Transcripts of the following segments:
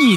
一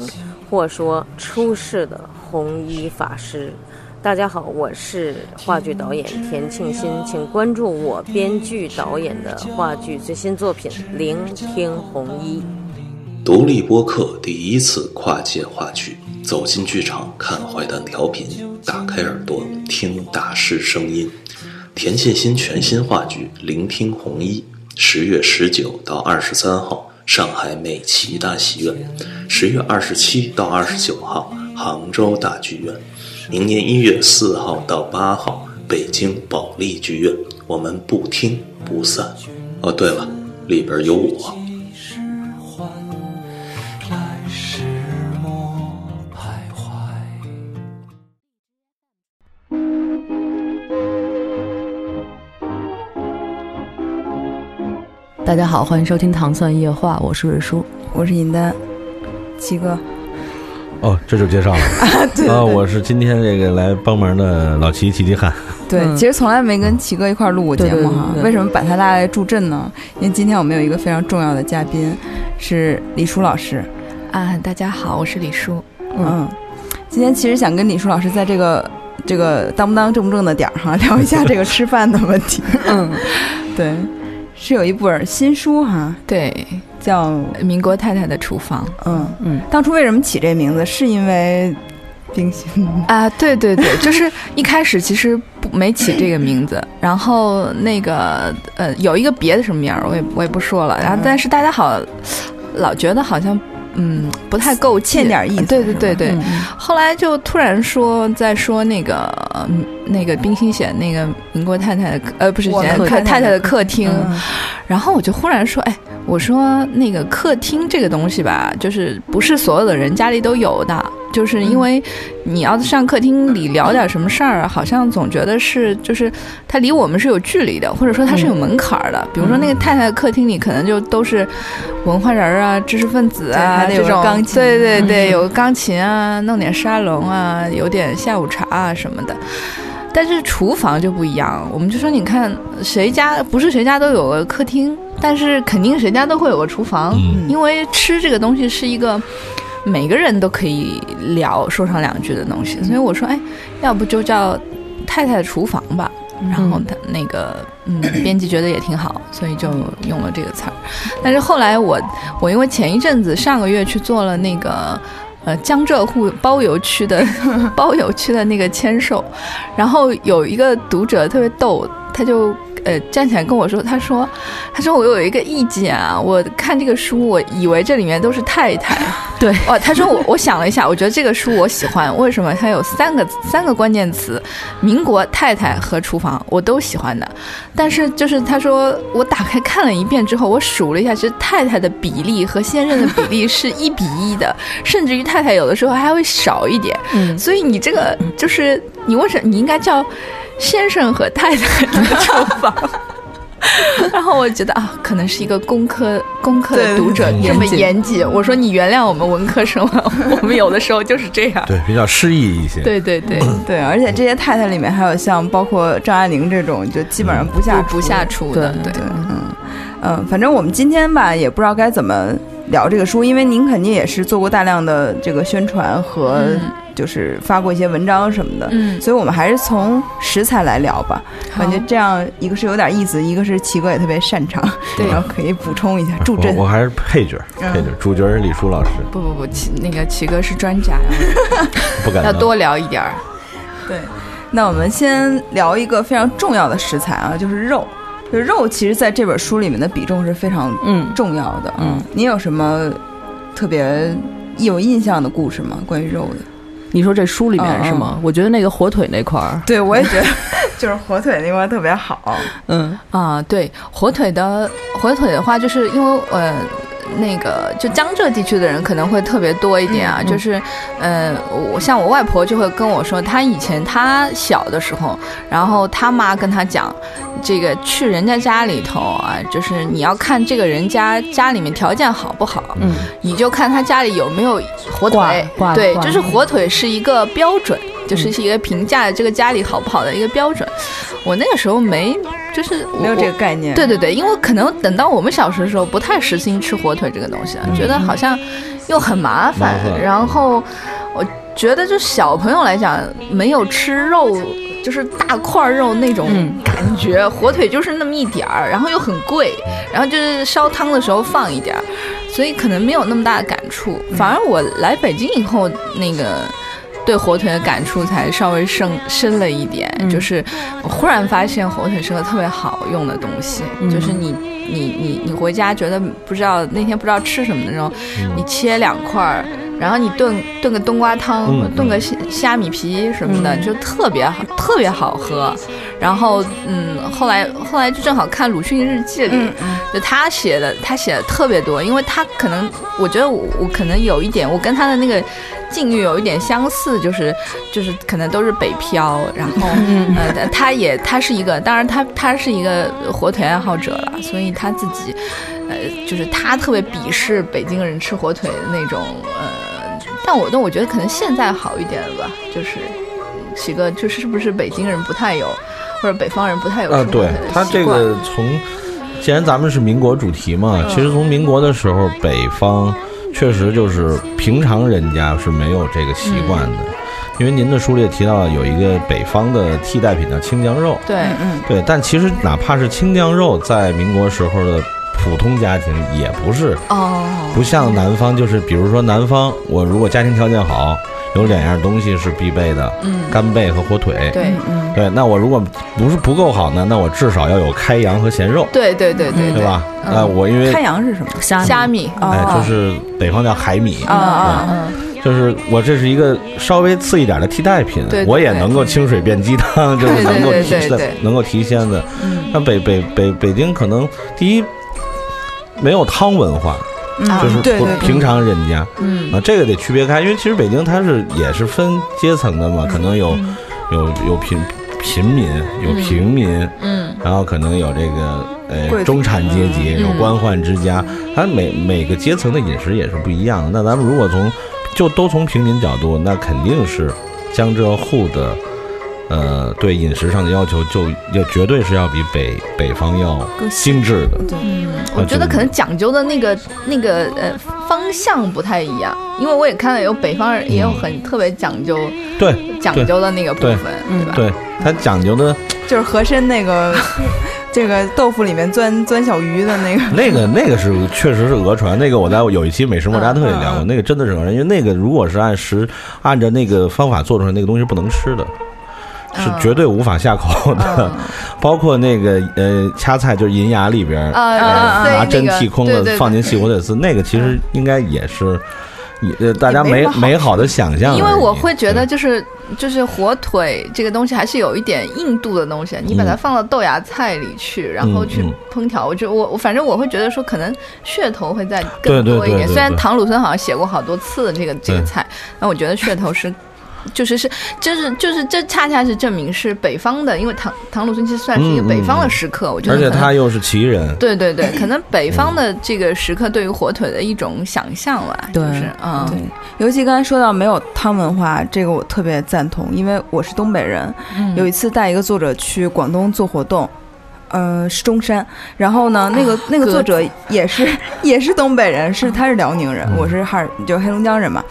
或说出世的红衣法师。大家好，我是话剧导演田庆新，请关注我编剧导演的话剧最新作品《聆听红衣》。独立播客第一次跨界话剧，走进剧场看坏蛋调频，打开耳朵听大师声音。田沁鑫全新话剧《聆听红衣》，十月十九到二十三号上海美琪大戏院，十月二十七到二十九号杭州大剧院，明年一月四号到八号北京保利剧院。我们不听不散。哦，对了，里边有我。是欢，来时莫徘徊。大家好，欢迎收听《糖蒜夜话》，我是瑞叔。我是尹丹，七哥，哦，这就介绍 了对啊！我是今天这个来帮忙的老齐齐齐汉，对，嗯其实从来没跟齐哥一块儿录过节目哈对对对。对为什么把他拉来助阵呢？因为今天我们有一个非常重要的嘉宾，是李叔老师。啊，大家好，我是李叔。嗯，今天其实想跟李叔老师在这个这个当不当正不正的点儿哈， 聊一下这个吃饭的问题。 嗯， 对，是有一本新书哈，对，叫民国太太的厨房。嗯嗯当初为什么起这名字？是因为冰心吗啊，对对对，就是一开始其实不没起这个名字，然后那个呃有一个别的什么名儿，我也我也不说了。然后嗯但是大家好老觉得好像嗯不太够劲欠点意思。对对对是吧对，嗯后来就突然说在说那个嗯那个冰心写那个民国太太的呃不是我写客太太的客厅。嗯然后我就忽然说，哎，我说那个客厅这个东西吧，就是不是所有的人家里都有的，就是因为你要上客厅里聊点什么事儿，好像总觉得是就是它离我们是有距离的，或者说它是有门槛儿的。嗯比如说那个太太的客厅里，可能就都是文化人儿啊、知识分子对还啊得这有种，钢琴对对对，嗯有个钢琴啊，弄点沙龙啊，有点下午茶啊什么的。但是厨房就不一样，我们就说，你看谁家不是谁家都有个客厅，但是肯定谁家都会有个厨房，嗯因为吃这个东西是一个每个人都可以聊说上两句的东西，所以我说，哎，要不就叫太太厨房吧。然后他那个嗯，编辑觉得也挺好，所以就用了这个词儿。但是后来我我因为前一阵子上个月去做了那个呃江浙沪包邮区的 包邮区的那个签售，然后有一个读者特别逗，他就呃站起来跟我说，他说他说我有一个意见啊，我看这个书，我以为这里面都是太太，对，哇，他说我我想了一下，我觉得这个书我喜欢，为什么？它有三个三个关键词，民国太太和厨房，我都喜欢的。但是就是他说我打开看了一遍之后，我数了一下，其实太太的比例和先生的比例是一比一 的，甚至于太太有的时候还会少一点。嗯所以你这个就是你为什么你应该叫先生和太太的厨房？ 然后我觉得啊，可能是一个工科工科的对读者嗯这么严谨严谨。我说你原谅我们文科生吧， 我们有的时候就是这样。对，比较诗意一些。对对对，对，而且这些太太里面还有像包括张爱玲这种，就基本上不下嗯不不下厨的，对对，嗯嗯，反正我们今天吧，也不知道该怎么聊这个书，因为您肯定也是做过大量的这个宣传和嗯就是发过一些文章什么的，嗯，所以我们还是从食材来聊吧。感好觉这样一个是有点意思，一个是齐哥也特别擅长，对然后可以补充一下助我阵。啊我还是配角，嗯配角，主角是李叔老师，不不不，齐那个齐哥是专 家，不敢要当。多聊一点儿。对，那我们先聊一个非常重要的食材啊，就是肉。就肉其实在这本书里面的比重是非常嗯，重要的。嗯，你有什么特别有印象的故事吗？关于肉的？你说这书里面是嗯吗？我觉得那个火腿那块儿，对，我也觉得 就是火腿那块特别好。嗯，啊，对，火腿的火腿的话，就是因为呃。那个就江浙地区的人可能会特别多一点啊，嗯嗯就是，呃，我像我外婆就会跟我说，她以前她小的时候，然后她妈跟她讲，这个去人家家里头啊，就是你要看这个人家家里面条件好不好，嗯，你就看他家里有没有火挂腿，挂对，挂就是火腿是一个标准，就是是一个评价这个家里好不好的一个标准。我那个时候没，就是我没有这个概念。对对对，因为可能等到我们小时候的时候，不太实行吃火腿这个东西了，啊觉得好像又很麻烦。麻烦然后我觉得，就小朋友来讲，没有吃肉，就是大块肉那种感觉，火腿就是那么一点儿，然后又很贵，然后就是烧汤的时候放一点儿，所以可能没有那么大的感触。反而我来北京以后，那个。对火腿的感触才稍微深深了一点，就是我忽然发现火腿是个特别好用的东西，就是你你你你回家觉得不知道那天不知道吃什么的时候，嗯你切两块儿，然后你炖炖个冬瓜汤，嗯嗯炖个虾虾米皮什么的，就特别好，特别好喝。然后嗯，后来后来就正好看鲁迅日记里，就他写的，他写的特别多，因为他可能，我觉得我我可能有一点，我跟他的那个境遇有一点相似，就是就是可能都是北漂，然后呃，他他也他是一个，当然他他是一个火腿爱好者了，所以他自己呃，就是他特别鄙视北京人吃火腿的那种呃，但我但我觉得可能现在好一点了吧，就是几个就是是不是北京人不太有，或者北方人不太有吃啊火，腿对的他习这惯嗯个从，既然咱们是民国主题嘛，其实从民国的时候，北方确实就是平常人家是没有这个习惯的，嗯因为您的书里也提到了有一个北方的替代品叫清酱肉，对。嗯对，但其实哪怕是清酱肉，在民国时候的普通家庭也不是哦，不像南方，就是比如说南方，我如果家庭条件好，有两样东西是必备的，嗯，干贝和火腿。对嗯对，那我如果不是不够好呢，那我至少要有开阳和咸肉，对对对对对吧？嗯啊啊，我因嗯，为开阳是什么？虾虾米哦哎，就是北方叫海米，嗯啊啊就是我这是一个稍微次一点的替代品对对，我也能够清水变鸡汤，就对是能够对提对对鲜对，能够提鲜的。嗯那北北北北京可能第一没有汤文化，嗯啊就是对不对对平常人家。嗯啊，这个得区别开，因为其实北京它是也是分阶层的嗯嘛，可能有有有贫贫民，有平民，嗯然后可能有这个贵族呃中产阶级，嗯有官宦之家，它每每个阶层的饮食也是不一样的。那咱们如果从就都从平民角度，那肯定是江浙沪的。呃，对饮食上的要求就要绝对是要比北北方要精致的，嗯，啊我觉得可能讲究的那个那个呃方向不太一样，因为我也看到有北方人也有嗯很特别讲究对讲究的那个部分，对吧？对，它讲究的就是和珅那个 这个豆腐里面钻钻小鱼的 那个。那个那个是确实是讹传，那个我在有一期《美食莫扎特》里嗯聊过，那个真的是讹传，因为那个如果是按时按照那个方法做出来，那个东西是不能吃的，嗯是嗯绝对无法下口的。包括那个呃掐菜，就是银牙里边儿啊呃啊拿塞那针个剔空对了对对放进细火腿丝，那个其实应该也是。也呃，大家也没美什么好美好的想象而已，因为我会觉得对就是就是火腿这个东西还是有一点硬度的东西，你把它放到豆芽菜里去，然后去嗯烹调，我就我我反正我会觉得说可能噱头会再对更对多一对点。对虽然对唐鲁孙好像写过好多次这个这个对菜，但我觉得噱头是。就是是，就是就是，这恰恰是证明是北方的，因为唐唐鲁孙其实算是一个嗯嗯北方的嗯食客，我觉得而且嗯可能他又是旗人，对对对，可能北方的这个食客对于火腿的一种想象吧，就对是嗯，对，尤其刚才说到没有汤文化，这个我特别赞同，因为我是东北人。嗯有一次带一个作者去广东做活动，呃，是中山。然后啊呢，那个、 那个鸽 嗯作者也是也是东北人，是他是辽宁人，我是哈尔就黑龙江人嘛。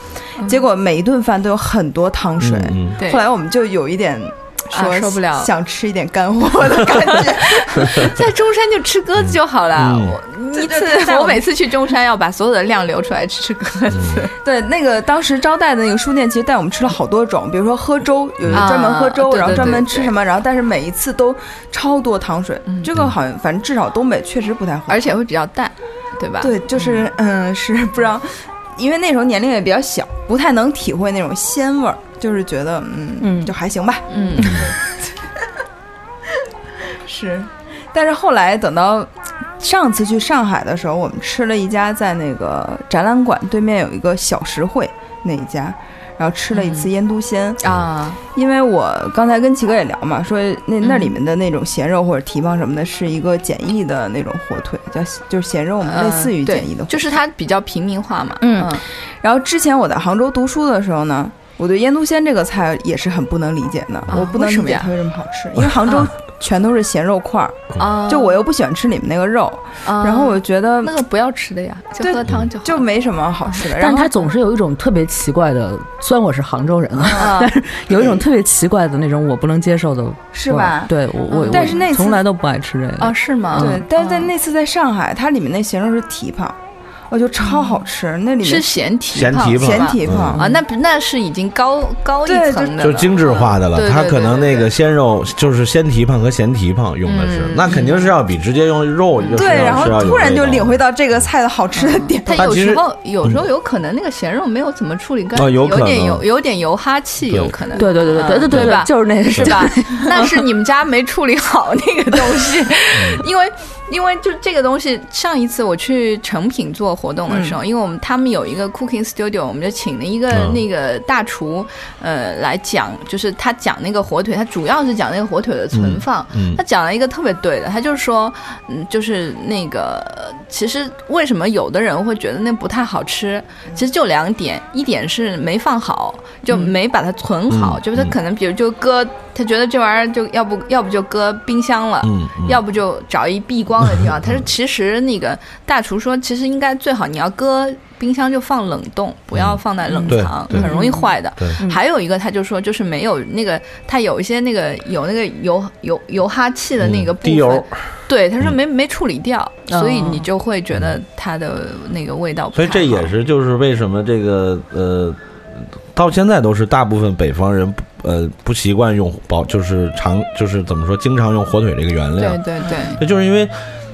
结果每一顿饭都有很多汤水。嗯对啊后来我们就有一点说、受不了想吃一点干货的感觉。 在中山就吃鸽子就好了。嗯啊 我一次，我每次去中山要把所有的量留出来吃吃鸽嗯子。对，那个当时招待的那个书店，其实带我们吃了好多种，比如说喝粥，有人啊专门喝粥，对然后对专门对嗯吃什么，然后但是每一次都超多糖水。这个好像，反正至少东北确实不太会。而且会比较淡，对吧？对，就是嗯，是不知道，因为那时候年龄也比较小，不太能体会那种鲜味儿，就是觉得嗯，嗯就还行吧。嗯， 是，但是后来等到上次去上海的时候，我们吃了一家在那个展览馆对面有一个小食会那一家，然后吃了一次腌都鲜。啊，因为我刚才跟齐哥也聊嘛，说那那嗯里面的那种咸肉或者蹄膀什么的，是一个简易的那种火腿，叫就是咸肉嘛，嗯类似于呃对简易的火腿。就是它比较平民化嘛。嗯然后之前我在杭州读书的时候呢，我对腌笃鲜这个菜也是很不能理解的，啊我不能为什理么解呀它为什么好吃，因为杭州啊全都是咸肉块儿，哦啊，就我又不喜欢吃里面那个肉，啊，然后我觉得那个不要吃的呀，就对喝汤就好。就没什么好吃的。然但后他总是有一种特别奇怪的，虽然我是杭州人 啊，啊有一种特别奇怪的那种我不能接受的味儿，是吧？对我我嗯我但是那次哦从来都不爱吃这个啊，是吗？对，但是在嗯那次在上海，它里面那咸肉是蹄膀，我觉得超好吃，那里嗯是面咸蹄咸膀蹄膀咸蹄膀啊，那不那是已经高高一对层的就了，精致化的嗯了，对它对可能对那个对鲜肉就是鲜蹄膀和咸蹄膀用的是嗯，那肯定是要比直接用肉就是对，要然后是要有突然味就道领的会到这个菜的好吃的点。它它有其时实候有时候有可能那个咸肉没有怎么处理干啊净，有有可点能油有点油哈气，对有可能。对对对对嗯对对对对吧对，就是那个是吧？ 那是你们家没处理好那个东西，嗯因为因为就这个东西，上一次我去成品做活动的时候，因为我们他们有一个 cooking studio，我们就请了一个嗯那个大厨，呃，来讲，就是他讲那个火腿，他主要是讲那个火腿的存放，嗯他讲了一个特别对的，他就是说，嗯，就是那个，呃其实为什么有的人会觉得那不太好吃，其实就两点，一点是没放好，就没把它存好，嗯就是他可能比如就搁，他觉得这玩意儿就要不要不就搁冰箱了。嗯，嗯要不就找一避光的地方。他说，其实那个大厨说，其实应该最好你要搁冰箱就放冷冻，不要放在冷嗯对藏，对很容易坏的。对还有一个，他就说，就是没有那个，他有一些那个有那个油油油哈气的那个嗯部滴分，油，嗯对，他说没没处理掉，哦所以你就会觉得它的那个味道不所太以好。这也是就是为什么这个呃，到现在都是大部分北方人不呃不习惯用保就是常就是怎么说经常用火腿这个原料对，对对，那就是因为，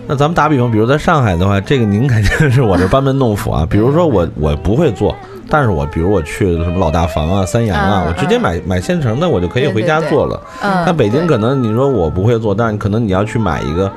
那咱们打比方，比如在上海的话，这个您肯定是我这班门弄斧啊。比如说我我不会做，但是我比如我去什么老大房啊、三阳啊啊，我直接啊买买现成的，我就可以对回对家对做了。嗯，那北京对可能你说我不会做，但是可能你要去买一个。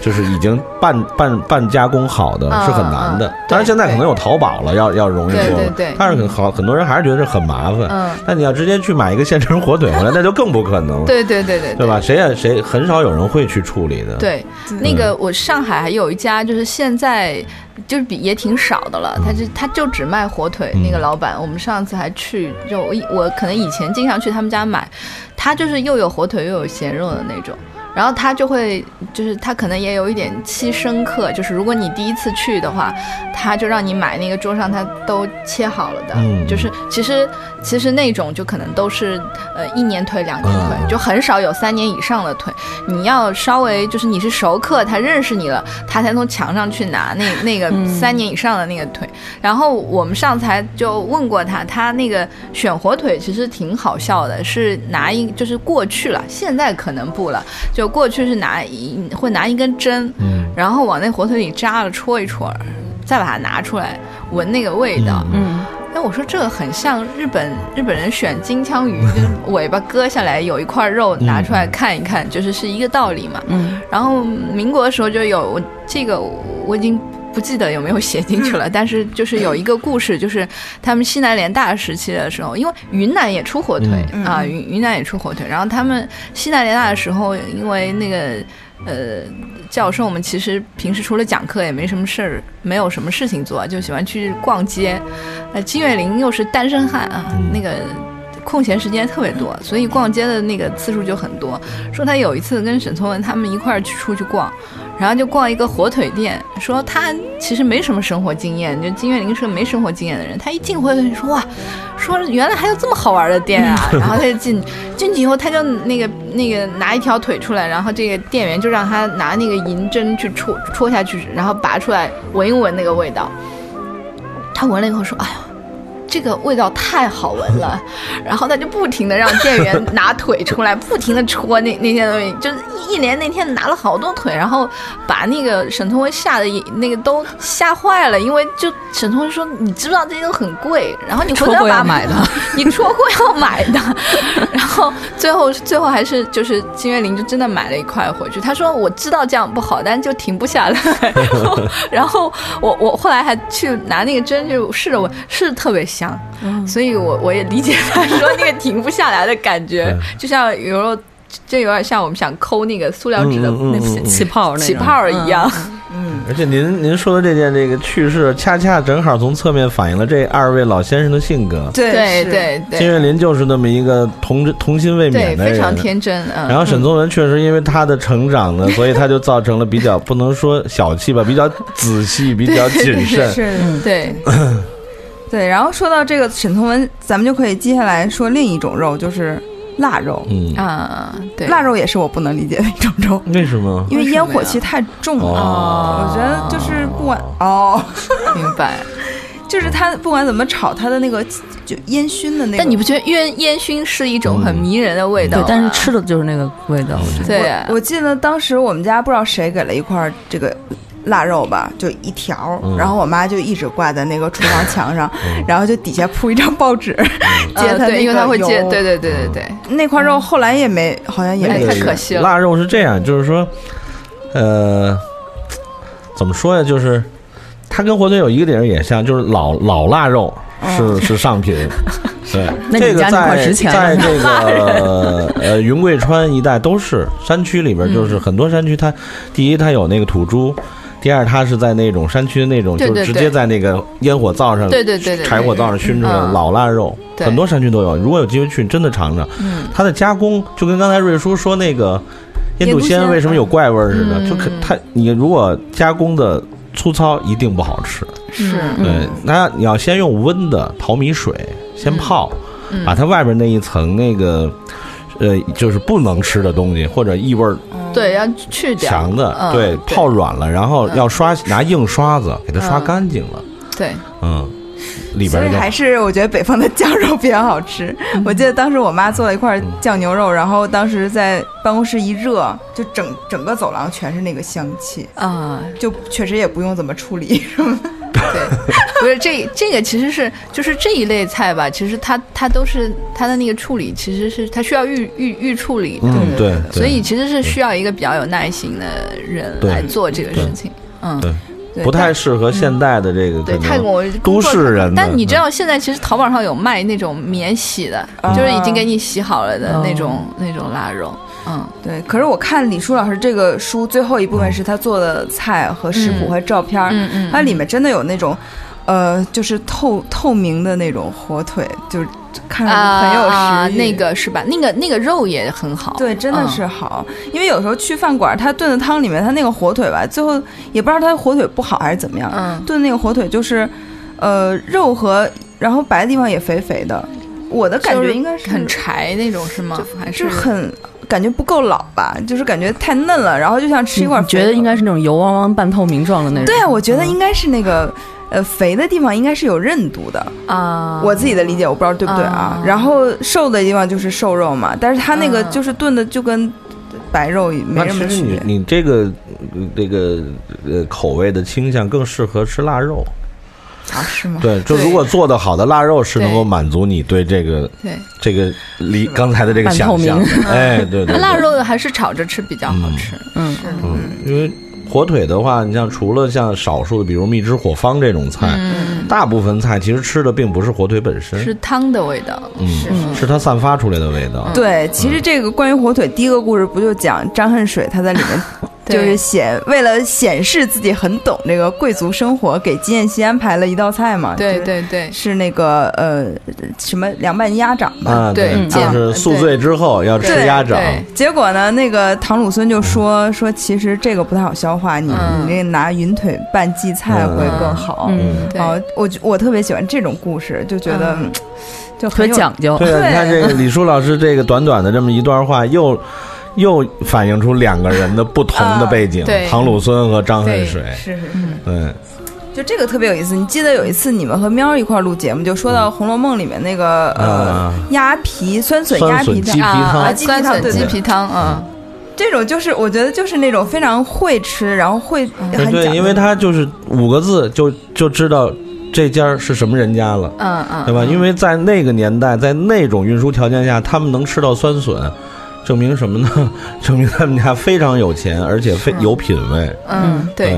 就是已经半半半加工好的啊是很难的啊，当然对现在可对能有淘宝了，要要容易对做对了对但是很好，很多人还是觉得这很麻烦。嗯，那你要直接去买一个现成火腿回来，那就更不可能了，对对对对对吧？谁也谁很少有人会去处理的。嗯对，那个我上海还有一家，就是现在就是比也挺少的嗯了，他就他就只卖火腿。那个老板，我们上次还去，就我以我可能以前经常去他们家买，他就是又有火腿又有咸肉的那种。然后他就会，就是他可能也有一点欺生客，就是如果你第一次去的话，他就让你买那个桌上他都切好了的，嗯就是其实其实那种就可能都是呃一年腿两年腿，嗯就很少有三年以上的腿。你要稍微就是你是熟客，他认识你了，他才从墙上去拿那 那个嗯三年以上的那个腿。然后我们上次还就问过他，他那个选火腿其实挺好笑的，是拿一就是过去了，现在可能不了，就过去是拿一会拿一根针，嗯，然后往那火腿里扎了戳一戳，再把它拿出来闻那个味道。嗯，哎，我说这个很像日本日本人选金枪鱼，就是尾巴割下来有一块肉拿出来看一看，就是是一个道理嘛。嗯，然后民国的时候就有我这个我，我已经不记得有没有写进去了，但是就是有一个故事，就是他们西南联大时期的时候，因为云南也出火腿、嗯啊，云云南也出火腿，然后他们西南联大的时候，因为那个呃教授们其实平时除了讲课也没什么事儿，没有什么事情做，就喜欢去逛街。呃，金岳霖又是单身汉啊，那个空闲时间特别多，所以逛街的那个次数就很多。说他有一次跟沈从文他们一块儿去出去逛，然后就逛一个火腿店，说他其实没什么生活经验，就金岳霖是个没生活经验的人，他一进火腿店说哇，说原来还有这么好玩的店啊，然后他就进进去以后，他就那个那个拿一条腿出来，然后这个店员就让他拿那个银针去戳戳下去，然后拔出来闻一闻那个味道，他闻了以后说哎呀。这个味道太好闻了， 然后他就不停的让店员拿腿出来，不停的戳 那那些东西，就是一连那天拿了好多腿，然后把那个沈从文吓得也那个都吓坏了，因为就沈从文说你知不知道这些都很贵，然后你回戳头过把要买的， 你戳过要买的， 然后最后最后还是就是金岳霖就真的买了一块回去，他说我知道这样不好，但就停不下来， 然后然后我我后来还去拿那个针就试着闻，是特别香，所以我我也理解 他说那个停不下来的感嗯觉，就像有时候这有点像我们想抠那个塑料纸的嗯嗯嗯那嗯嗯起泡那种起泡儿一样， 嗯而且您您说的这件这个趣事，恰恰正好从侧面反映了这二位老先生的性格。对对是对金对岳霖就是那么一个童真童心未对，泯的非人，常天真，然嗯，后沈从文确实因为他的成长 呢，所以他就造成了比较不能说小气吧，比较仔细，比较谨 慎。是。嗯对，对，然后说到这个沈从文，咱们就可以接下来说另一种肉，就是腊肉。嗯，啊对，腊肉也是我不能理解的一种肉，为什么？因为嗯为什烟么火呀气太重了。哦我觉得就是不管哦， 明白。就是它不管怎么炒，它的那个就烟熏的那个。但你不觉得烟烟熏是一种嗯很迷人的味道对啊吗？，但是嗯吃的就是那个味道，我觉得对啊，我记得当时我们家不知道谁给了一块儿这个腊肉吧，就一条儿，嗯然后我妈就一直挂在那个厨房墙上，然后就底下铺一张报纸，嗯 接它那呃对，因为个它会接，油对对对对对，那块肉后来也没，好像也哎没太吃可惜了腊肉是这样，就是说，呃，怎么说呀？就是它跟火腿有一个点也像，就是老老腊肉是、哦是上 品。对，那你这个家那块在值钱在这个呃云贵川一带都是山区里边，嗯就是很多山区它，第一它有那个土猪，第二它是在那种山区那种，对就对直对接在那个烟火灶上对对对对，柴火灶上熏出来的嗯老腊肉，对很多山区都有。如果有机会去，你真的尝尝。嗯它的加工就跟刚才瑞叔说那个腌腌笃笃鲜鲜为什么有怪味儿似的，嗯就可它你如果加工的粗糙，一定不好吃。是对，那你要先用温的淘米水嗯先泡，把它外边那一层那个。呃，就是不能吃的东西或者异味儿对，啊要去掉强的，嗯对，泡软了，然后嗯要刷拿硬刷子给它刷嗯干净了，对，嗯，里边所儿以就还是我觉得北方的酱肉比较好吃。嗯我记得当时我妈做了一块酱牛肉，然后当时在办公室一热，就整整个走廊全是那个香气，啊，就确实也不用怎么处理。 对，不是这这个其实是就是这一类菜吧，其实它它都是它的那个处理，其实是它需要预预预处理的，嗯，对，对所以其实是需要一个比较有耐心的人对来做这个事情。嗯，对不太适合现代的这个可对，能泰国都市人的。嗯但你知道现在其实淘宝上有卖那种免洗的，啊就是已经给你洗好了的哦那种、那种腊肉。嗯，对，可是我看李叔老师这个书最后一部分是他做的菜和食谱和照片儿，嗯嗯嗯它里面真的有那种。呃，就是透透明的那种火腿，就是看着啊很有食欲。啊那个是吧？那个那个肉也很好，对，真的嗯是好，因为有时候去饭馆儿，他炖的汤里面，他那个火腿吧，最后也不知道他火腿不好还是怎么样，嗯炖那个火腿就是，呃，肉和然后白的地方也肥肥的，我的感就觉是应该是很柴那种是吗？还就是是很感觉不够老吧，就是感觉太嫩了，然后就像吃一块你儿你觉得肥应肉该是那嗯种油汪汪、半透明状的那种。对啊，我觉得应该是那个。呃，肥的地方应该是有韧度的，嗯啊，我自己的理解，我不知道对不对啊。啊然后瘦的地方就是瘦肉嘛，但是它那嗯个啊就是炖的就跟白肉那没什么其实区别你。你这个呃这个呃口味的倾向更适合吃腊肉，啊，是吗？对，就对如果做的好的腊肉是能够对满足你对这个对。这个离刚才的这个半想透象明 的，哎，对对对，腊肉还是炒着吃比较好吃，嗯，嗯，因为火腿的话，你像除了像少数的，比如蜜汁火方这种菜，大部分菜其实吃的并不是火腿本身，嗯是汤的味道。嗯，是它散嗯发出来的味道， 对，其实这个关于火腿，第一个故事不就讲张恨水他在里面对就是显为了显示自己很懂这个贵族生活，给金燕西安排了一道菜嘛，对就是对对是那个呃什么凉拌鸭掌吧。啊，对，对嗯就是宿醉之后要吃对鸭掌，对结果呢，那个唐鲁孙就说嗯说，其实这个不太好消化，你、嗯你这个拿云腿拌荠菜会更好。嗯，对，哦，我觉我特别喜欢这种故事，就觉得、嗯就特很别有讲究，对啊，对你看这个李叔老师这个短短的这么一段话，又又反映出两个人的不同的背景啊对，唐鲁孙和张恨水。是是是。嗯对，就这个特别有意思，你记得有一次你们和喵儿一块儿录节目，就说到《红楼梦》里面那个呃嗯啊鸭皮酸笋酸鸭笋皮鸡的，皮汤啊，啊鸡皮酸汤笋对鸡对皮汤，嗯。这种就是我觉得就是那种非常会吃，然后会嗯很讲究对，因为他就是五个字就就知道这家儿是什么人家了。嗯嗯，对吧？因为在那个年代，在那种运输条件下，他们能吃到酸笋，证明什么呢？ 证明他们家非常有钱，而且非有品位。嗯对，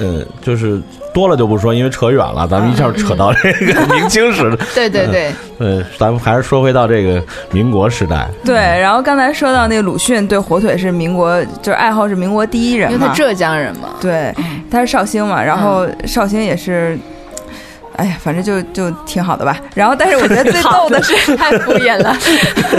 呃，就是多了就不说，因为扯远了，咱们一下扯到这个明清时，对对对，呃，咱们还是说回到这个民国时代。对。然后刚才说到那个鲁迅对火腿是民国，就是爱好是民国第一人因嘛，为他嗯浙江人嘛，对，他是绍兴嘛，然后嗯绍兴也是。哎呀，反正就就挺好的吧。然后，但是我觉得 最逗的是，太敷衍了。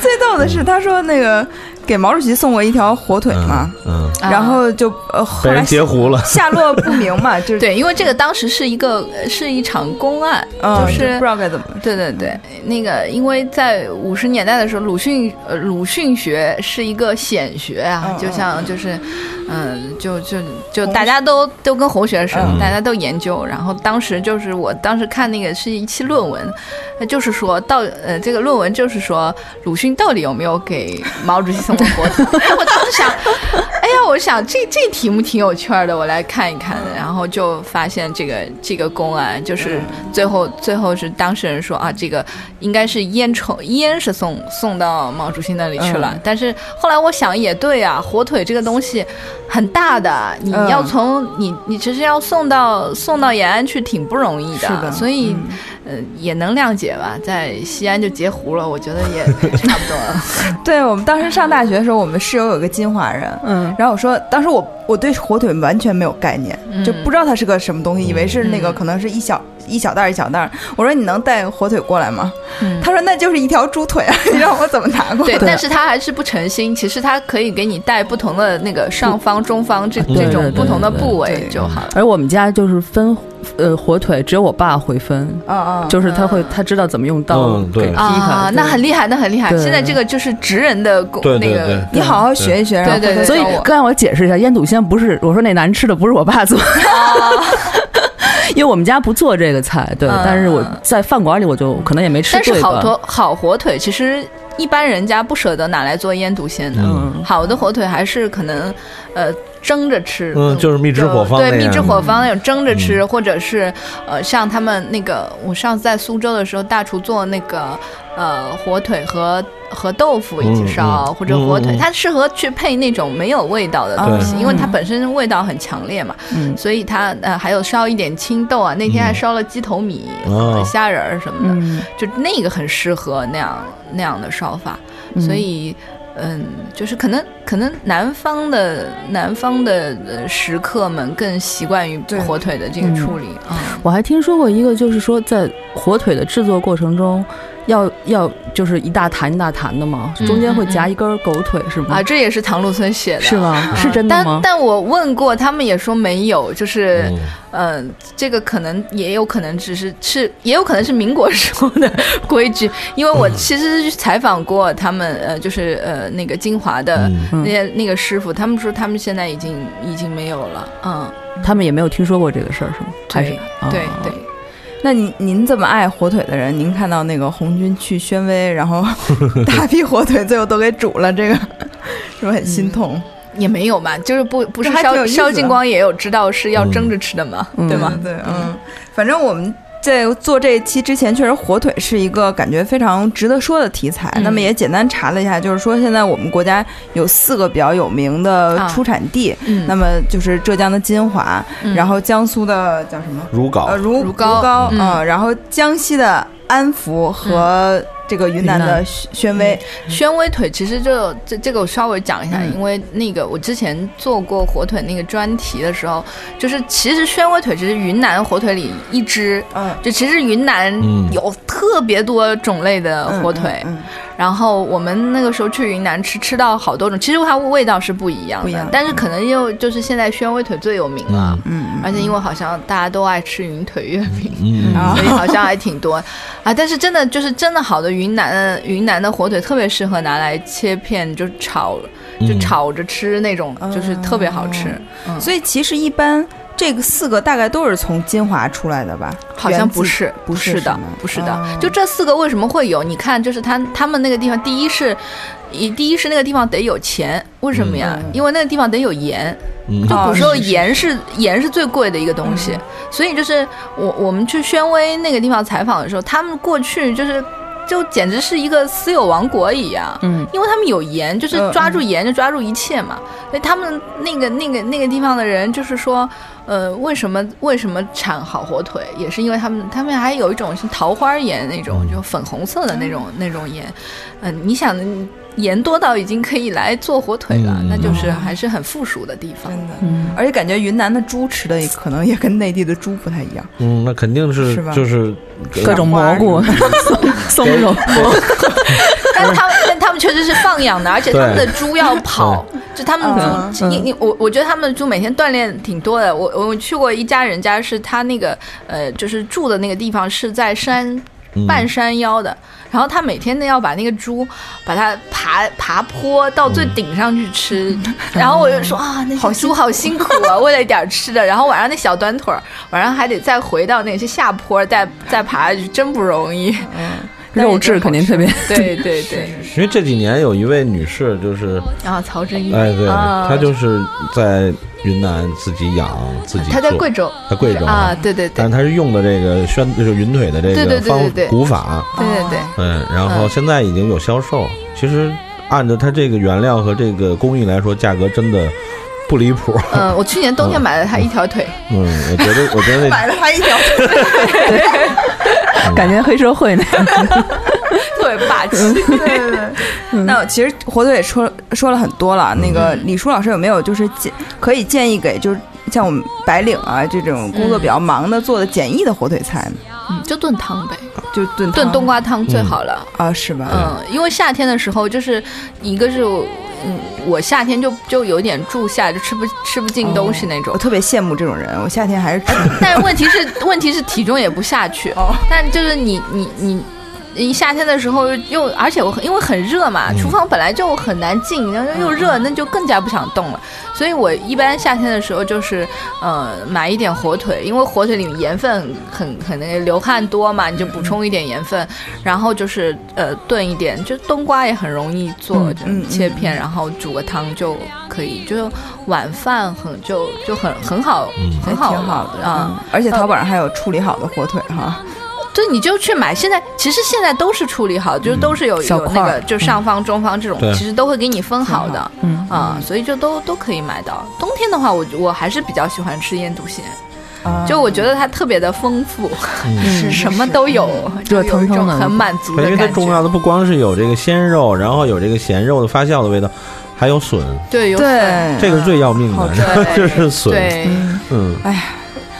最逗的是，他说那个给毛主席送过一条火腿嘛嗯，嗯，啊然后就呃后被来人截胡了。下落不明 嘛，就是对，因为这个当时是一个呃是一场公案，嗯，就是不知道该怎么。对对对，那个因为在五十年代的时候，鲁迅呃鲁迅学是一个显学啊，嗯就像就是，嗯，就就就红大家都都跟红学似的，嗯大家都研究。然后当时就是我当时看那个是一期论文，呃就是说到呃这个论文就是说鲁迅到底有没有给毛主席送过火 腿？我当时想，哎呀，我想这这题目挺有趣儿的，我来看一看。然后就发现这个这个公案，就是最后最后是当事人说啊，这个应该是烟抽烟是送送到毛主席那里去了。但是后来我想也对啊，火腿这个东西很大的，你嗯要从、你你其实要送到送到延安去挺不容易的，是的所以、呃也能谅解吧。在西安就截胡了，我觉得也 差不多了。对我们当时上大学的时候，我们室友有个金华人，嗯，然后我说，当时我我对火腿完全没有概念，就不知道它是个什么东西，以为是那个嗯可能是一小一小袋儿一小袋儿。我说你能带火腿过来吗？嗯他说那就是一条猪腿啊，你让我怎么拿过对来？，但是他还是不诚心。其实他可以给你带不同的那个上方、中方这对这种对不同的对部位对就好了。而我们家就是分呃火腿，只有我爸会分，啊啊，就是他会他知道怎么用刀嗯给对劈开。嗯啊，那对很厉害，那很厉害。对现在这个就是职人的工，对对那个对你好好学一学，然后对对对，所以教我刚才我解释一下，腌笃鲜不是我说那难吃的不是我爸做，因为我们家不做这个菜，对。啊嗯但是我嗯在饭馆里我就可能也没吃但对是好吧。多好火腿，其实一般人家不舍得拿来做腌笃鲜的。嗯好的火腿还是可能，呃，蒸着吃。嗯，就是蜜汁火方对那秘样嗯制火方那种蒸着吃，或者是呃，像他们那个，我上次在苏州的时候，大厨做那个呃火腿和和豆腐一起嗯烧，嗯或者火腿，嗯嗯它适合去配那种没有味道的东西，对因为它本身味道很强烈嘛，嗯所以它呃还有烧一点青豆啊，那天还烧了鸡头米、嗯哦虾仁儿什么的，嗯，就那个很适合那样那样的烧法，嗯所以。嗯，就是可能可能南方的南方的呃食客们更习惯于对火腿的这个嗯处理啊，我还听说过一个，就是说在火腿的制作过程中，要要就是一大坛一大坛的嘛，嗯中间会夹一根狗腿是吗啊，？这也是唐陆村写的，是吗？啊是真的吗但？但我问过，他们也说没有，就是嗯嗯、呃，这个可能也有可能只是是，也有可能是民国时候的 规矩，因为我其实是去采访过他们，呃，就是呃那个金华的嗯嗯那些、那个师傅，他们说他们现在已经已经没有了，嗯，他们也没有听说过这个事儿是吗？还是啊对对，那您您这么爱火腿的人，您看到那个红军去宣威，然后 大批火腿最后都给煮了，这个 是不是很嗯心痛？也没有嘛，就是不不是这还挺有烧意思烧的尽光也有知道是要蒸着吃的嘛，嗯对吗？对，嗯，反正我们。在做这一期之前，确实火腿是一个感觉非常值得说的题材。嗯那么也简单查了一下，就是说现在我们国家有四个比较有名的啊出产地，嗯那么就是浙江的金华，嗯哦然后江苏的叫什么？如皋呃，如如皋皋，嗯嗯，然后江西的安福和这个云南云的南宣宣威，宣威腿其实就这这个我稍微讲一下，嗯因为那个我之前做过火腿那个专题的时候，就是其实宣威腿只是云南火腿里一只，嗯，就其实云南嗯有特别多种类的呃火腿，嗯嗯然后我们那个时候去云南吃，吃到好多种，其实它味道是不一样的，不一样但是可能又就是现在宣威腿最有名了，嗯而且因为好像大家都爱吃云腿月饼。嗯嗯，啊所以好像还挺多啊。但是真的就是真的好的云南云南的火腿特别适合拿来切片，就炒就嗯炒着吃那种，就是特别好吃。所以其实一般这个四个大概都是从金华出来的吧？好像不源是，自不是的是吗，不是的。哦就这四个为什么会有？你看，就是他他们那个地方，第一是，一第一是那个地方得有钱，为什么呀？因为那个地方得有盐，嗯就古时哦候是是嗯盐是盐是最贵的一个东西，所以就是我我们去宣威那个地方采访的时候，他们过去就是就简直是一个私有王国一样，嗯，因为他们有盐，就是嗯抓住盐就抓住一切嘛，所以他们那个那个那个地方的人就是说，呃，为什么为什么产好火腿，也是因为他们他们还有一种是桃花盐那嗯种，就粉红色的那种那种盐，嗯、你想盐多到已经可以来做火腿了，嗯那就是还是很富庶的地方。真的，嗯而且感觉云南的猪吃的也可能也跟内地的猪不太一样，嗯，那肯定是是吧就是各种蘑菇、松茸，但他们但他们确实是放养的，而且他们的猪要跑，就他们嗯猪，你你我我觉得他们的猪每天锻炼挺多的。我我去过一家人家，是他那个呃，就是住的那个地方是在山嗯半山腰的，然后他每天呢要把那个猪把它爬爬坡到最顶上去吃， 然后我就说啊，那些猪嗯好辛苦啊，为了一点吃的，然后晚上那小短腿儿，晚上还得再回到那些下坡再再爬下去，真不容易。但是肉质肯定特别。 对对对，因为这几年有一位女士，就是然后曹植一，哎，对，啊她就是在云南自己养自己做，他在贵州，在贵州啊，，对对对嗯但，是她是用的这个宣就是云腿的这对对个对方对对古法，对对对，嗯，然后嗯现在已经有销售。其实按照它这个原料和这个工艺来说，价格真的不离谱。 嗯，我去年冬天买了他一条腿，嗯，我觉 得，我觉得 那买了它一 条，感觉黑社会呢，特别霸气。 那其实火腿也说说了很多了，那个李叔老师有没有就是建可以建议给就是像我们白领啊这种工作比较忙的做的简易的火腿菜呢？嗯就炖汤呗，就炖炖汤冬瓜汤最好了。啊，是吧？嗯，因为夏天的时候，就是一个是我，嗯，我夏天就就有点住夏，就吃不吃不进东西那种我。特别羡慕这种人，我夏天还是吃 但是问题是，问题是体重也不下去。哦但就是你你你。一夏天的时候又，而且我很因为很热嘛，厨房本来就很难进，嗯然后又热，那就更加不想动了。所以我一般夏天的时候就是，呃，买一点火腿，因为火腿里面盐分很很那个，流汗多嘛，你就补充一点盐分，嗯然后就是呃炖一点，就冬瓜也很容易做，就嗯嗯切片，然后煮个汤就可以，就晚饭很就就很很好，很好挺好的啊。嗯而且淘宝上还有处理好的火腿哈，对，你就去买。现在其实现在都是处理好，就是都是有、小有块那儿个，就上方、中方这种对，其实都会给你分好的。嗯啊、所以就都都可以买到。冬天的话，我我还是比较喜欢吃腌笃鲜，啊就我觉得它特别的丰富，是什么都有，就热有腾一腾种的很满足的因为它感重觉。要的不光是有这个鲜肉，然后有这个咸肉的发酵的味道，还有笋，对，有粉对这个是最要命好吃 的，这是笋。对，嗯，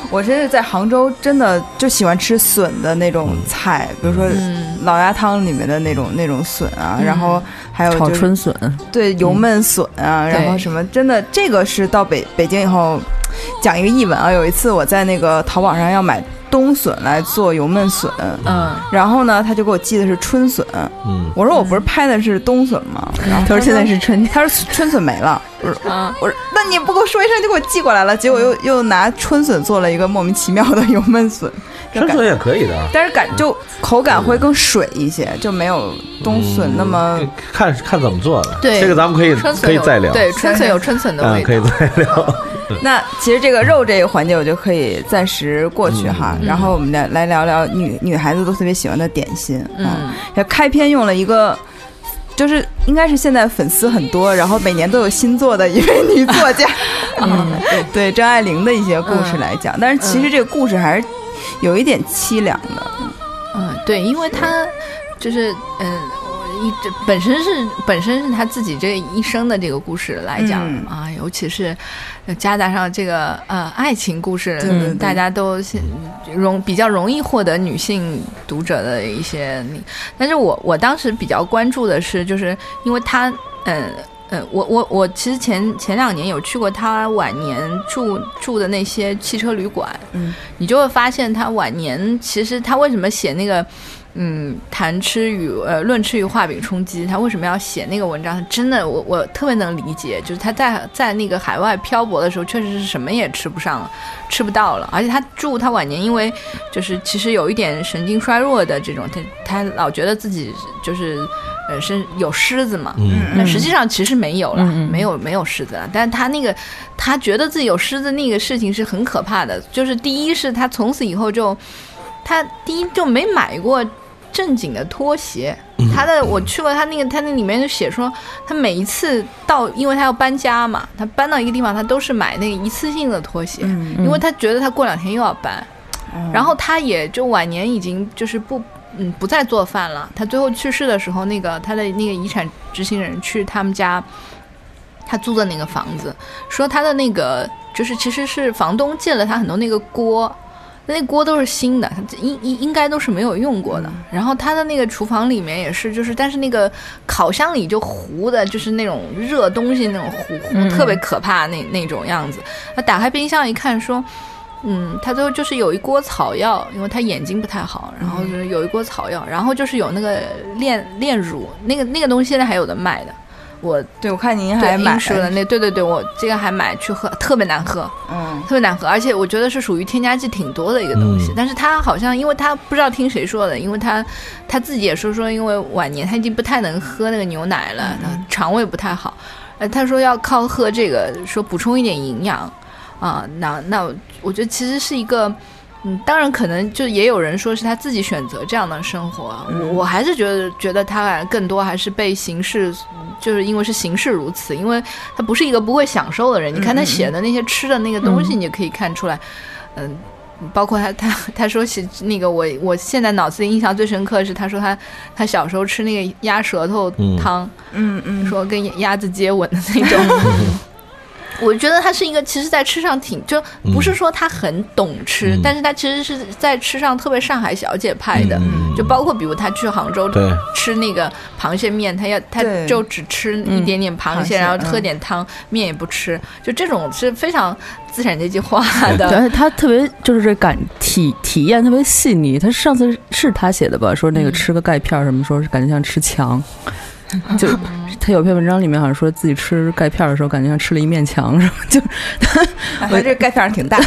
我真是在杭州，真的就喜欢吃笋的那种菜，比如说嗯老鸭汤里面的那种那种笋啊，嗯然后还有炒就是春嗯笋，对油焖笋啊，然后对什么，真的这个是到北北京以后，讲一个译文啊，有一次我在那个淘宝上要买冬笋来做油焖笋，嗯，然后呢，他就给我寄的是春笋，嗯，哎我说我不是拍的是冬笋 吗？然后他说现在是春 天，他说春笋没了，我 说啊，我说那你不跟我说一声就给我寄过来了，结果又又拿春笋做了一个莫名其妙的油焖笋，就生感笋也可以的。但是感就口感会更水一些，就没有冬笋那么嗯看看怎么做的，对这个咱们可以春可笋以有再聊，对，春笋有春笋的嗯，味可道。以再聊。那其实这个肉这个环节我就可以暂时过去嗯哈，然后我们来来聊聊女女孩子都特别喜欢的点心。嗯，嗯，开篇用了一个，就是应该是现在粉丝很多，然后每年都有新作的一位女作 家，嗯，对张爱玲的一些故事来讲，嗯但是其实这个故事还是有一点凄凉的。嗯，对，因为它。就是嗯。一直本身是本身是他自己这一生的这个故事来讲、嗯啊，尤其是呃夹杂上这个呃爱情故事，嗯对对对大家都是容比较容易获得女性读者的一些。但是我我当时比较关注的是，就是因为他嗯。呃呃，我我我其实前前两年有去过他晚年住住的那些汽车旅馆，嗯，你就会发现他晚年其实他为什么写那个，嗯，谈吃与呃论吃与画饼冲击，他为什么要写那个文章？真的，我我特别能理解，就是他在在那个海外漂泊的时候，确实是什么也吃不上了，吃不到了，而且他住他晚年，因为就是其实有一点神经衰弱的这种，他他老觉得自己就是呃身有虱子嘛，嗯，那实际上其实没有了，嗯嗯没有没有狮子了。但是他那个，他觉得自己有狮子那个事情是很可怕的。就是第一是他从此以后就，他第一就没买过正经的拖鞋。他的我去过他那个，他那里面就写说，他每一次到，因为他要搬家嘛，他搬到一个地方，他都是买那个一次性的拖鞋，嗯因为他觉得他过两天又要搬。啊然后他也就晚年已经就是不嗯不再做饭了。他最后去世的时候，那个他的那个遗产执行人去他们家，他租的那个房子，说他的那个就是其实是房东借了他很多那个锅。那锅都是新的，他应应应该都是没有用过的。然后他的那个厨房里面也是，就是但是那个烤箱里就糊的，就是那种热东西那种糊糊，嗯特别可怕那那种样子。他打开冰箱一看，说嗯，他最后就是有一锅草药，因为他眼睛不太好，然后就是有一锅草药，然后就是有那个炼炼乳，那个那个东西现在还有的卖的。我对，我看您还对买英式的那对对对，我这个还买去喝，特别难喝，嗯特别难喝，而且我觉得是属于添加剂挺多的一个东西。嗯但是他好像，因为他不知道听谁说的，因为他他自己也说说，因为晚年他已经不太能喝那个牛奶了，他肠胃不太好，呃，他说要靠喝这个，说补充一点营养，啊、那那我觉得其实是一个。嗯，当然，可能就也有人说是他自己选择这样的生活啊，我我还是觉得觉得他更多还是被形式，就是因为是形式如此，因为他不是一个不会享受的人。你看他写的那些吃的那个东西，你就可以看出来，嗯、包括他他他说起那个我我现在脑子里印象最深刻的是他说他他小时候吃那个鸭舌头嗯汤，嗯嗯，说跟鸭子接吻的那种。 我觉得他是一个，其实，在吃上挺就不是说他很懂吃，嗯但是他其实是在吃上特别上海小姐派的，嗯就包括比如他去杭州对吃那个螃蟹面，他要他对就只吃一点点螃螃蟹然后喝嗯点汤，面也不吃，就这种是非常资产阶级化的。而且他特别就是这感体体验特别细腻。他上次是他写的吧？说那个吃个钙片儿什么，说是感觉像吃墙。就他有篇文章里面好像说自己吃钙片儿的时候，感觉像吃了一面墙什么，就哎他这钙片儿挺大，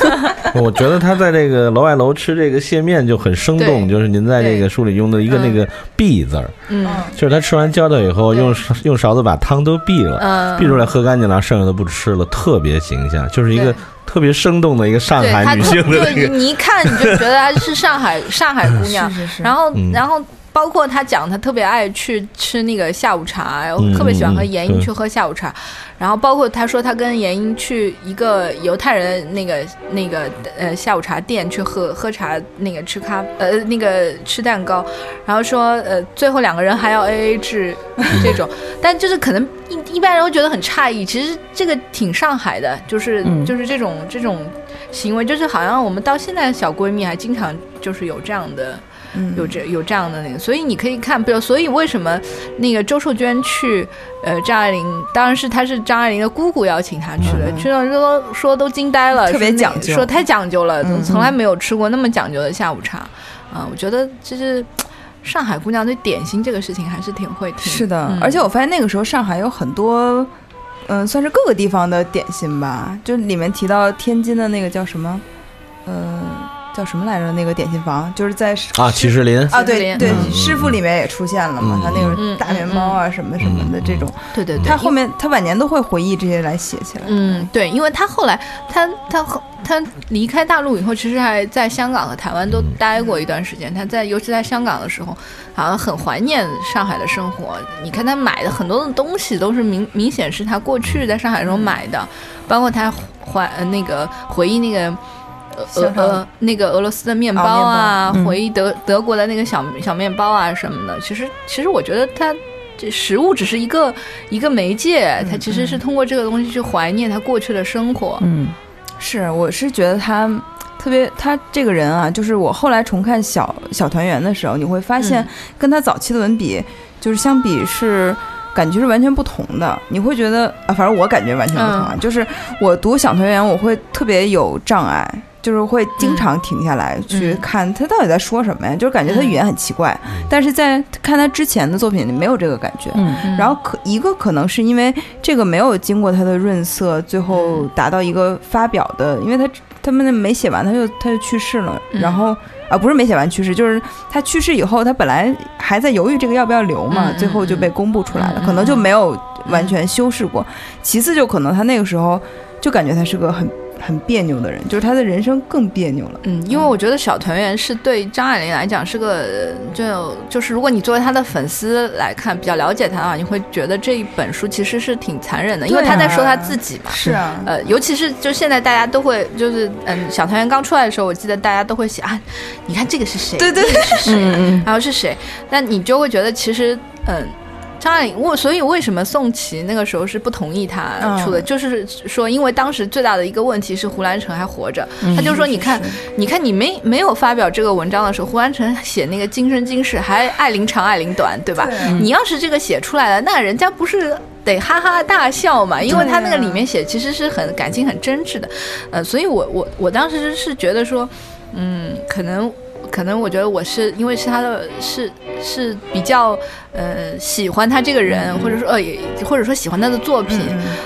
我觉得他在这个楼外楼吃这个蟹面就很生动，对就是您在这个书里用的一个对那个“闭”字儿，嗯就是他吃完浇掉以后，对用用勺子把汤都闭了， 嗯，闭出来喝干净了，剩下的不吃了，特别形象，就是一个对特别生动的一个上对海她女性的就那就个。你一看你就觉得她是上海上海姑 娘，是是然后，嗯然后包括他讲，他特别爱去吃那个下午茶，我嗯特别喜欢和嗯严英对去喝下午茶。然后包括他说他跟严英去一个犹太人那个那个呃下午茶店去喝喝茶，那个吃咖呃那个吃蛋糕，然后说呃最后两个人还要 A A 制这 种，但就是可能一一般人会觉得很诧异，其实这个挺上海的，就是、嗯就是这种这种行为，就是好像我们到现在小闺蜜还经常就是有这样的。嗯有这有这样的那个，所以你可以看，比如，所以为什么那个周寿娟去，呃，张爱玲，当然是她是张爱玲的姑姑邀请她去的，去了之后说都惊呆了，嗯特别说那讲究说太讲究了，嗯从来没有吃过那么讲究的下午茶，啊、我觉得就是上海姑娘对点心这个事情还是挺会听，是的嗯，而且我发现那个时候上海有很多，嗯，算是各个地方的点心吧，就里面提到天津的那个叫什么，呃，叫什么来着？那个点心房就是在 啊，齐士林，啊，对对嗯，师傅里面也出现了嘛，嗯他那个大面包嗯啊什么什么的这种，对对对，他后面他晚年都会回忆这些来写起来。嗯，对，因为他后来他他后他离开大陆以后，其实还在香港和台湾都待过一段时间。他在尤其在香港的时候，好像很怀念上海的生活。你看他买的很多的东西都是明明显是他过去在上海时候买的，包括他怀呃那个回忆那个。俄香肠哦呃那个俄罗斯的面包啊，嗯回德德国的那个小小面包啊什么的。其实其实我觉得它这食物只是一个一个媒介，嗯它其实是通过这个东西去怀念他过去的生活。嗯，是，我是觉得他特别，他这个人啊，就是我后来重看小《小团圆》的时候，你会发现嗯跟他早期的文笔，就是相比是。感觉是完全不同的，你会觉得啊，反正我感觉完全不同啊。就是我读《小团圆》，我会特别有障碍，就是会经常停下来去看他到底在说什么呀，就是感觉他语言很奇怪。但是在看他之前的作品里，没有这个感觉。嗯然后可一个可能是因为这个没有经过他的润色，最后达到一个发表的，因为他他们那没写完，他就他就去世了。嗯然后啊，不是没写完去世，就是他去世以后，他本来还在犹豫这个要不要留嘛，嗯嗯最后就被公布出来了，嗯嗯可能就没有完全修饰过。其次就可能他那个时候就感觉他是个很很别扭的人，就是他的人生更别扭了。嗯，因为我觉得小团圆是对张爱玲来讲是个呃就就是，如果你作为她的粉丝来看，比较了解她的话，你会觉得这一本书其实是挺残忍的，因为对她在啊说她自己嘛。是啊，呃，尤其是就现在大家都会就是嗯，小团圆刚出来的时候，我记得大家都会写啊，你看这个是谁？对对这个是嗯谁？然后是谁？那你就会觉得其实嗯。张爱玲，我所以为什么宋琦那个时候是不同意她出的，嗯就是说，因为当时最大的一个问题是胡兰成还活着，嗯他就说，你看，你看你没没有发表这个文章的时候，胡兰成写那个今生今世还爱玲长爱玲短，对吧？嗯你要是这个写出来了，那人家不是得哈哈大笑啊嘛？因为他那个里面写其实是很感情很真挚的，呃，所以我我我当时是觉得说，嗯，可能可能我觉得我是因为是他的是是比较呃喜欢他这个嗯人，或者说呃也或者说喜欢他的作品，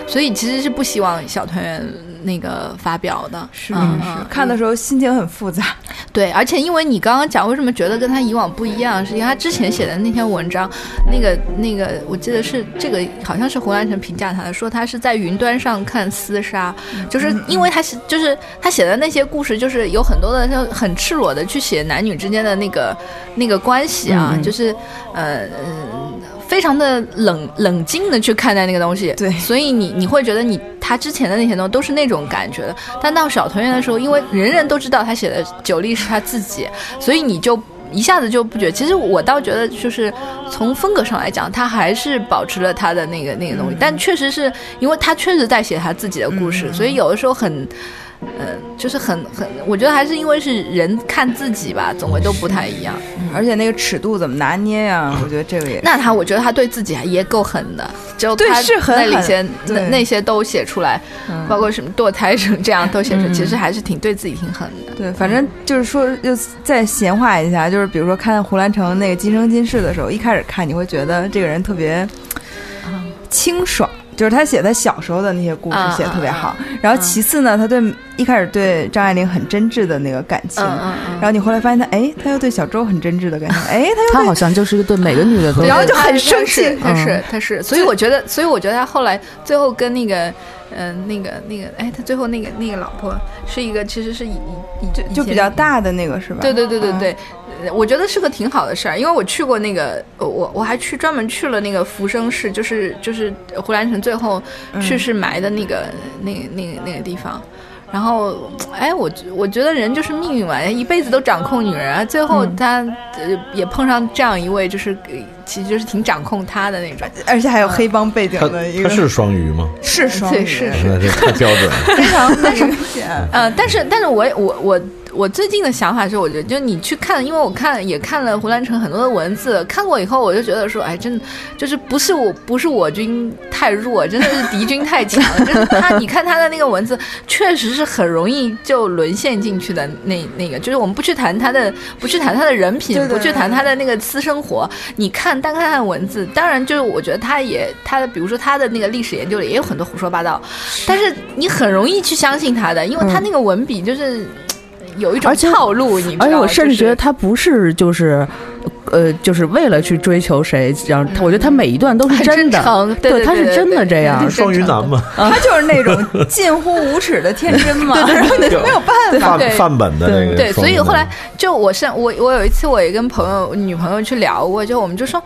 所以其实是不希望小团圆。那个发表的是嗯是嗯，看的时候心情很复杂。对，而且因为你刚刚讲为什么觉得跟他以往不一样，是因为他之前写的那篇文章，那个那个，我记得是这个好像是胡兰成评价他的，说他是在云端上看厮杀，就是因为他是就是他写的那些故事，就是有很多的就很赤裸的去写男女之间的那个那个关系啊，就是呃。嗯非常的冷冷静的去看待那个东西，对所以你你会觉得你他之前的那些东西都是那种感觉的，但到小团圆的时候，因为人人都知道他写的九力是他自己，所以你就一下子就不觉得。其实我倒觉得，就是从风格上来讲，他还是保持了他的那个那个嗯东西，但确实是因为他确实在写他自己的故事，所以有的时候很。嗯，就是很很，我觉得还是因为是人看自己吧，总归都不太一样。而且那个尺度怎么拿捏呀、我觉得这个也那他，我觉得他对自己也够狠的，只有对他是很那里狠些那对嗯那些都写出来，包括什么堕胎什么这样都写出来，其实还是挺对自己挺狠的。对，反正就是说，就再闲话一下，就是比如说看胡兰成那个《今生今世》的时候，一开始看你会觉得这个人特别清爽，就是他写他小时候的那些故事啊写的特别啊好。然后其次呢，他对一开始对张爱玲很真挚的那个感情，嗯嗯然后你后来发现他，哎，他又对小周很真挚的感情，哎，他又他好像就是一个对每个女的都嗯，然后就他很他生是气嗯他是他是，所以我觉得，所以我觉得他后来最后跟那个。嗯，那个那个，哎，他最后那个那个老婆是一个，其实是以以以就前比较大嗯的那个是吧？对对对对对，呃我觉得是个挺好的事儿，因为我去过那个，呃我我还去专门去了那个福生市，就是就是胡兰成最后嗯去世埋的那个、那个那个那个地方。然后，哎，我觉我觉得人就是命运嘛，一辈子都掌控女人，最后嗯他、呃也碰上这样一位，就是呃其实就是挺掌控他的那种。而且还嗯有黑帮背景他的一他个 是双鱼吗？是双对鱼是是那这太标准 了。非 常非常明显。呃，但是但是我我我我最近的想法是，我觉得就你去看，因为我看也看了胡兰成很多的文字，看过以后我就觉得说，哎，真的就是不是我不是我军太弱，真的是敌军太强，就是他你看他的那个文字，确实是很容易就沦陷进去的那那个，就是我们不去谈他的，不去谈他的人品，对对不去谈他的那个私生活，你看单看看文字，当然就是我觉得他也他的，比如说他的那个历史研究里也有很多胡说八道，但是你很容易去相信他的，因为他那个文笔就是。有一嗯种而且套路，哎你知道而且我甚至觉得就是他不是就是，呃，就是为了去追求谁，然后他我觉得他每一段都是嗯 很真的，诚对对对他是真的这样对对对双鱼男嘛，他就是那种近乎无耻的天真 嘛，然后你就没有办法。范对范本的那个。对，所以后来就我是我我有一次我也跟朋友女朋友去聊过，就我们就说。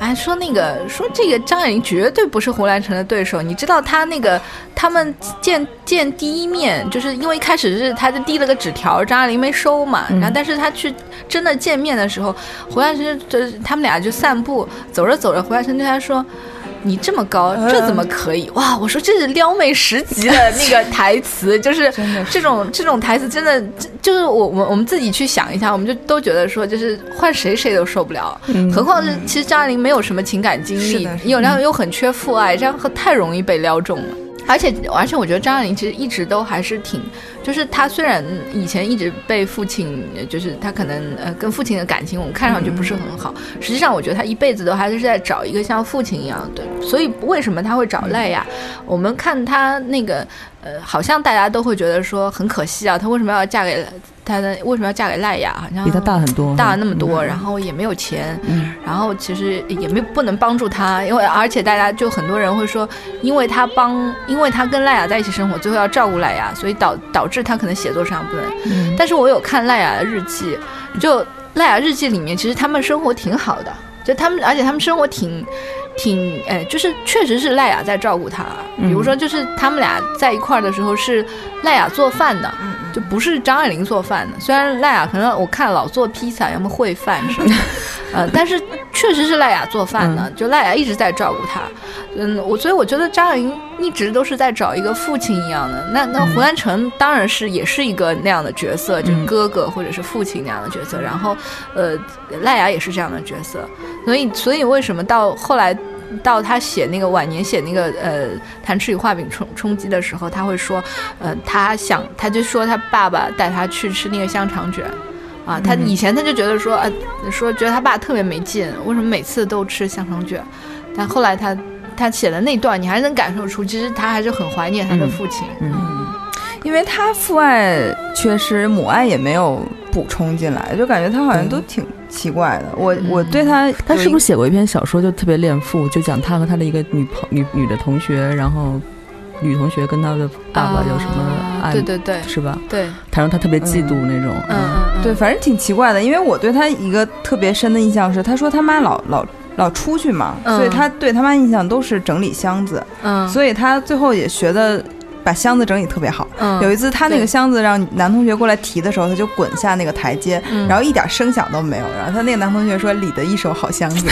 哎，说那个说这个张爱玲绝对不是胡兰成的对手，你知道他那个他们见见第一面，就是因为一开始是他就递了个纸条，张爱玲没收嘛，嗯然后但是他去真的见面的时候，胡兰成就就是他们俩就散步，走着走着，胡兰成对他说。你这么高，这怎么可以？哇！我说这是撩妹十级的那个台词，就是真的是这种这种台词真的这就是我我我们自己去想一下，我们就都觉得说，就是换谁谁都受不了。何况是其实张爱玲没有什么情感经嗯是历的，是有然后又很缺父爱，这样很太容易被撩中了。而且而且，我觉得张爱玲其实一直都还是挺，就是她虽然以前一直被父亲，呃就是她可能呃跟父亲的感情，我们看上去不是嗯很好，实际上我觉得她一辈子都还是在找一个像父亲一样的。所以为什么她会找赖雅？我们看她那个呃，好像大家都会觉得说很可惜啊，她为什么要嫁给她的？为什么要嫁给赖雅？好像比他大很多，大了那么多，然后也没有钱，嗯然后其实也没不能帮助他，因为而且大家就很多人会说，因为他帮，因为他跟赖雅在一起生活，最后要照顾赖雅，所以导导致他可能写作上不能。嗯但是我有看赖雅的日记，就赖雅日记里面，其实他们生活挺好的，就他们，而且他们生活挺。挺，哎，就是确实是赖雅在照顾他。比如说，就是他们俩在一块儿的时候是赖雅做饭的，就不是张爱玲做饭的。虽然赖雅可能我看老做披萨，要么烩饭什么的，呃，但是确实是赖雅做饭的，就赖雅一直在照顾他。嗯，我所以我觉得张爱玲一直都是在找一个父亲一样的。那那胡兰成当然是也是一个那样的角色，就哥哥或者是父亲那样的角色。然后，呃，赖雅也是这样的角色。所以，所以为什么到后来？到他写那个晚年写那个呃《弹吃与画饼冲冲击》的时候，他会说，呃，他想他就说他爸爸带他去吃那个香肠卷，啊，嗯他以前他就觉得说，呃，说觉得他爸特别没劲，为什么每次都吃香肠卷？但后来他他写的那段，你还能感受出，其实他还是很怀念他的父亲。嗯因为他父爱缺失，母爱也没有补充进来，就感觉他好像都挺奇怪的。我我对他，他是不是写过一篇小说，就特别恋父，就讲他和他的一个女朋女女的同学，然后女同学跟他的爸爸有什么啊爱，对对对是吧？对，他说他特别嫉妒那种，嗯嗯嗯，对，反正挺奇怪的。因为我对他一个特别深的印象是，他说他妈老老老出去嘛，嗯所以他对他妈印象都是整理箱子，嗯，所以他最后也学的把箱子整理特别好。嗯有一次，他那对个箱子让男同学过来提的时候，他就滚下那个台阶，嗯然后一点声响都没有。然后他那个男同学说：“李的一手好箱子。”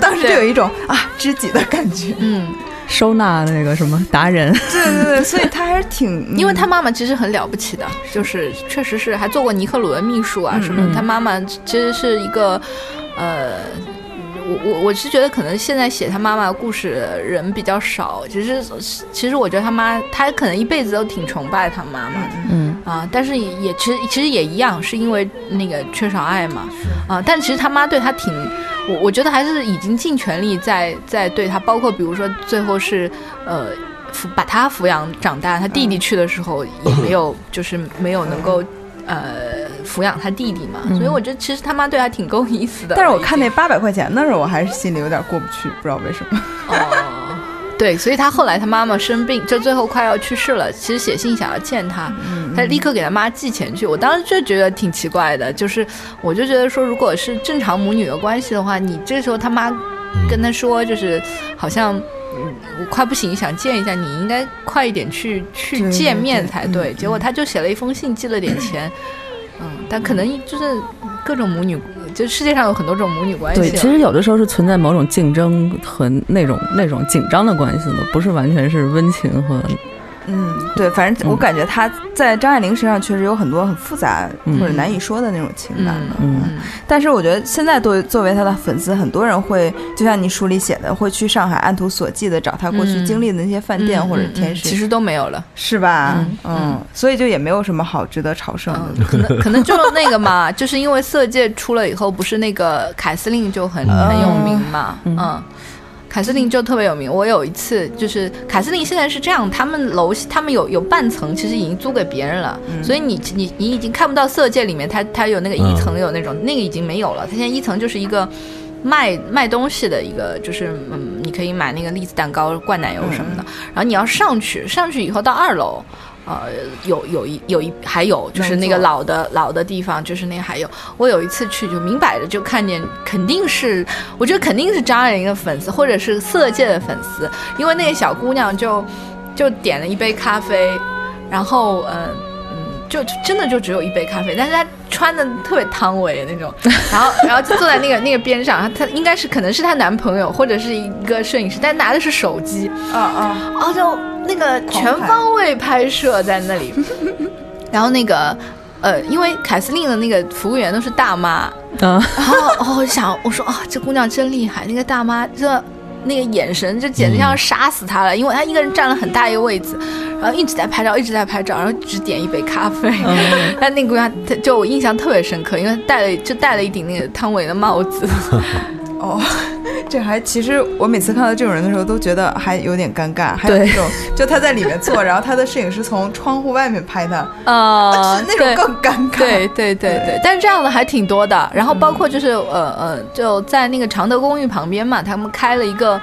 当时就有一种啊知己的感觉。嗯，收纳那个 什么达人， 对对对，所以他还是挺，因为他妈妈其实很了不起的，就是确实是还做过尼克鲁的秘书啊什么的。嗯他妈妈其实是一个，呃，我我我是觉得可能现在写他妈妈的故事的人比较少。其实其实我觉得他妈，他可能一辈子都挺崇拜他妈妈的。嗯，啊，但是也也其实其实也一样，是因为那个缺少爱嘛，啊，但其实他妈对他挺，我我觉得还是已经尽全力在在对他，包括比如说最后是呃抚把他抚养长大，他嗯弟弟去的时候也没有、就是没有能够呃抚养他弟弟嘛，所以我觉得其实他妈对他挺够意思的了已经，嗯但是我看那八百块钱的时候，我还是心里有点过不去，不知道为什么。哦，对，所以他后来他妈妈生病，就最后快要去世了。其实写信想要见他，嗯他立刻给他妈寄钱去。我当时就觉得挺奇怪的，就是我就觉得说，如果是正常母女的关系的话，你这时候他妈嗯跟他说，就是好像。嗯，我快不行，想见一下你，应该快一点去去对见对面对才嗯对。结果他就写了一封信，寄了点钱，嗯，但可能就是各种母女，就世界上有很多种母女关系对，了。其实有的时候是存在某种竞争和那种那种紧张的关系的，不是完全是温情和嗯，对，反正我感觉他在张爱玲身上确实有很多很复杂嗯或者难以说的那种情感的。嗯嗯但是我觉得现在作为作为他的粉丝，很多人会就像你书里写的，会去上海按图索骥的找他过去嗯经历的那些饭店嗯或者嗯嗯甜其食，实都没有了。是吧嗯？嗯，所以就也没有什么好值得朝圣的嗯，。可能可能就是那个嘛， 就是因为《色戒》出了以后，不是那个凯司令就很很有名嘛，嗯。凯司令就特别有名。我有一次就是凯司令现在是这样，他们楼他们有有半层，其实已经租给别人了，嗯嗯所以你你你已经看不到《色戒》里面它它有那个一嗯层有那种、那个已经没有了，它现在一层就是一个。卖卖东西的一个就是，嗯嗯，你可以买那个栗子蛋糕、灌奶油什么的。然后你要上去，上去以后到二楼，呃，有有一有一还有就是能那个做老的老的地方，就是那个还有，我有一次去就明摆着就看见，肯定是我觉得肯定是张爱玲的粉丝或者是色戒的粉丝，因为那个小姑娘就就点了一杯咖啡，然后嗯。呃就就真的就只有一杯咖啡，但是她穿的特别汤唯那种，然后然后就坐在那个那个边上，她应该是可能是她男朋友或者是一个摄影师，但拿的是手机，啊啊，哦，就那个全方位拍摄在那里， 然后那个。呃，因为凯司令的那个服务员都是大妈，啊，然后哦，我想我说啊、这姑娘真厉害，那个大妈这那个眼神，就简直像杀死她了，因为她一个人占了很大一个位置，然后一直在拍照，一直在拍照，然后只点一杯咖啡。 但那个姑娘，她就我印象特别深刻，因为她戴了就戴了一顶那个汤唯的帽子，哦，这还其实我每次看到这种人的时候，都觉得还有点尴尬，还有对那种就他在里面坐，然后他的摄影师从窗户外面拍他， 啊是那种更尴尬。对对对对，但是这样的还挺多的。然后包括就是、呃呃，就在那个常德公寓旁边嘛，他们开了一个。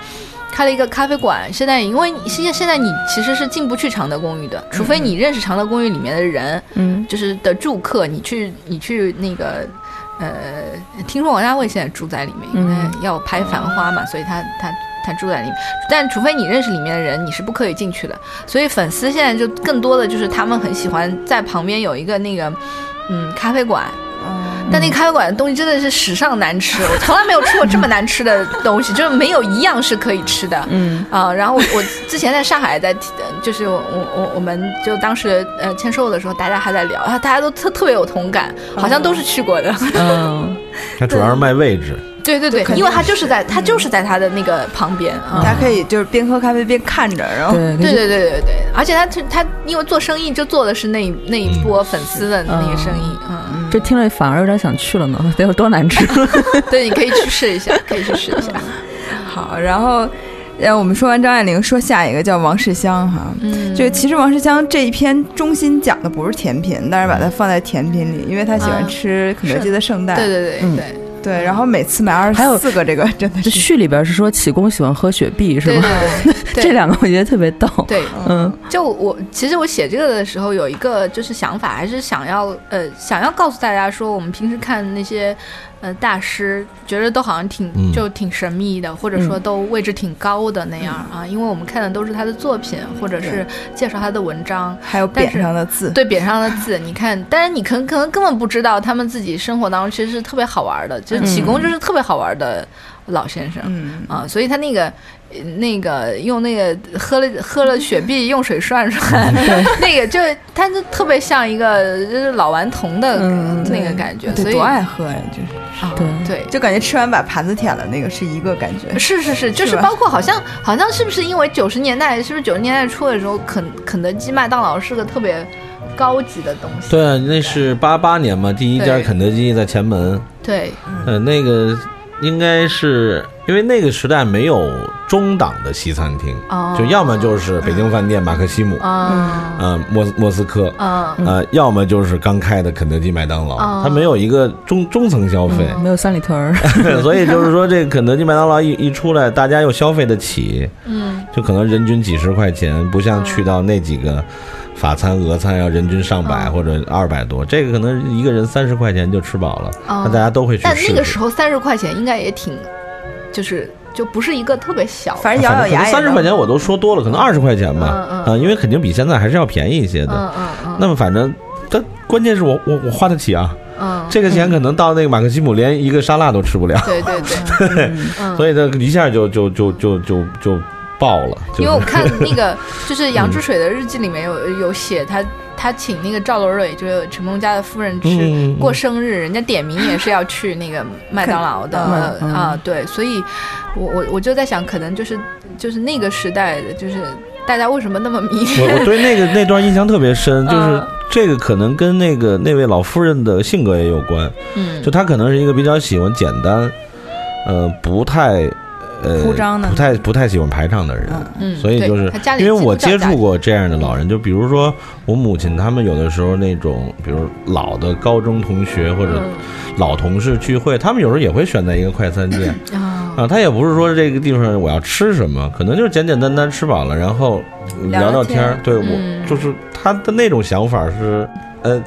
开了一个咖啡馆，现在因为你现在现在你其实是进不去常德公寓的，嗯除非你认识常德公寓里面的人，嗯，就是的住客，你去你去那个，呃，听说王家卫现在住在里面，因为嗯要拍《繁花》嘛，所以他他他住在里面，但除非你认识里面的人，你是不可以进去的。所以粉丝现在就更多的就是他们很喜欢在旁边有一个那个，嗯，咖啡馆。嗯，但那个咖啡馆的东西真的是史上难吃，我从来没有吃过这么难吃的东西，就是没有一样是可以吃的。嗯啊、然后我我之前在上海在提，呃就是我我我我们就当时呃签售的时候，大家还在聊，啊，大家都特特别有同感，好像都是去过的。嗯，它主要是卖位置， 对对对，因为他就是在他就是在他的那个旁边啊。大家可以就是边喝咖啡边看着，然后对哦对对对对对，而且他他因为做生意就做的是那一那一嗯波粉丝的那个生意，嗯，这听着反而有点想去了呢， 得有多难 吃？啊对，你可以去试一下，可以去试 一下。好，然后。呃，我们说完张爱玲，说下一个叫王世襄哈，嗯，就其实王世襄这一篇中心讲的不是甜品，但是把它放在甜品里，因为他喜欢啊吃肯德基的圣代，对对嗯对对。对然后每次买二还有十四个，这 个真的这是序里边是说启功喜欢喝雪碧是对吗？对 对，这两个我觉得特别逗。对，嗯就我其实我写这个的时候有一个就是想法，还是想要呃想要告诉大家说，我们平时看那些呃大师，觉得都好像挺、嗯就挺神秘的，或者说都位置挺高的那样、啊，因为我们看的都是他的作品，或者是介绍他的文章。还有但匾是上的字，对匾上的字，你看，当然你可能可能根本不知道，他们自己生活当中其实是特别好玩的，就是启功就是特别好玩的老先生。嗯，啊，所以他那个呃那个用那个喝了喝了雪碧，用水涮涮， 那个就是他就特别像一个就是老顽童的嗯那个对感觉，对所以多爱喝呀，就是啊对对。就感觉吃完把盘子舔了那个是一个感觉，是是是，就是是吧包括好像好像是不是因为九十年代是不是九十年代初的时候，肯肯德基、麦当劳是个特别高级的东西。对，那是八八年嘛，第一家对肯德基在前门，对呃，那个应该是因为那个时代没有中档的西餐厅，哦就要么就是北京饭店马克西姆，啊呃，莫斯莫斯科，啊呃，要么就是刚开的肯德基、麦当劳，哦它没有一个中中层消费，嗯没有三里屯 儿，嗯所以就是说， 这肯德基、麦当劳一一出来，大家又消费得起，嗯就可能人均几十块钱，不像去到那几个法餐、俄餐要人均上百嗯或者二百多，这个可能一个人三十块钱就吃饱了，那啊大！家都会去但试试。那个时候三十块钱应该也挺，就是就不是一个特别小的啊反正咬咬牙也三十能块钱我都说多了，可能二十块钱吧，嗯嗯啊因为肯定比现在还是要便宜一些的。嗯嗯嗯，那么反正，但关键是我我我花得起啊，嗯，这个钱可能到那个马克西姆连一个沙拉都吃不了，对对对，嗯 所以这一下就就就就就就爆了。就嗯是因嗯为我 看那个就是杨之水的日记里面有有写他他请那个赵罗蕊，就是陈梦家的夫人吃、嗯过生日，人家点名也是要去那 个麦当劳的肯嗯啊，对，所以我我我就在想，可能就是就是那个时代的，就是大家为什么那么迷我我对那个那段印象特别深，就是嗯这个可能跟那个那位老夫人的性格也有关， 嗯就她可能是一个比较喜欢简单，呃，不太呃铺张的不太不太喜欢排场的人。嗯嗯，所以对就是他家里因为我寄不接到家触过这样的老人，就比如说我母亲，他们有的时候那种，比如老的高中同学或者嗯 老同事聚会，他们有时候也会选在一个快餐店，啊，啊，他也不是说这个地方我要吃什么，可能就是简简单单吃饱了，然后聊聊聊天儿。对嗯我就是他的那种想法是，呃，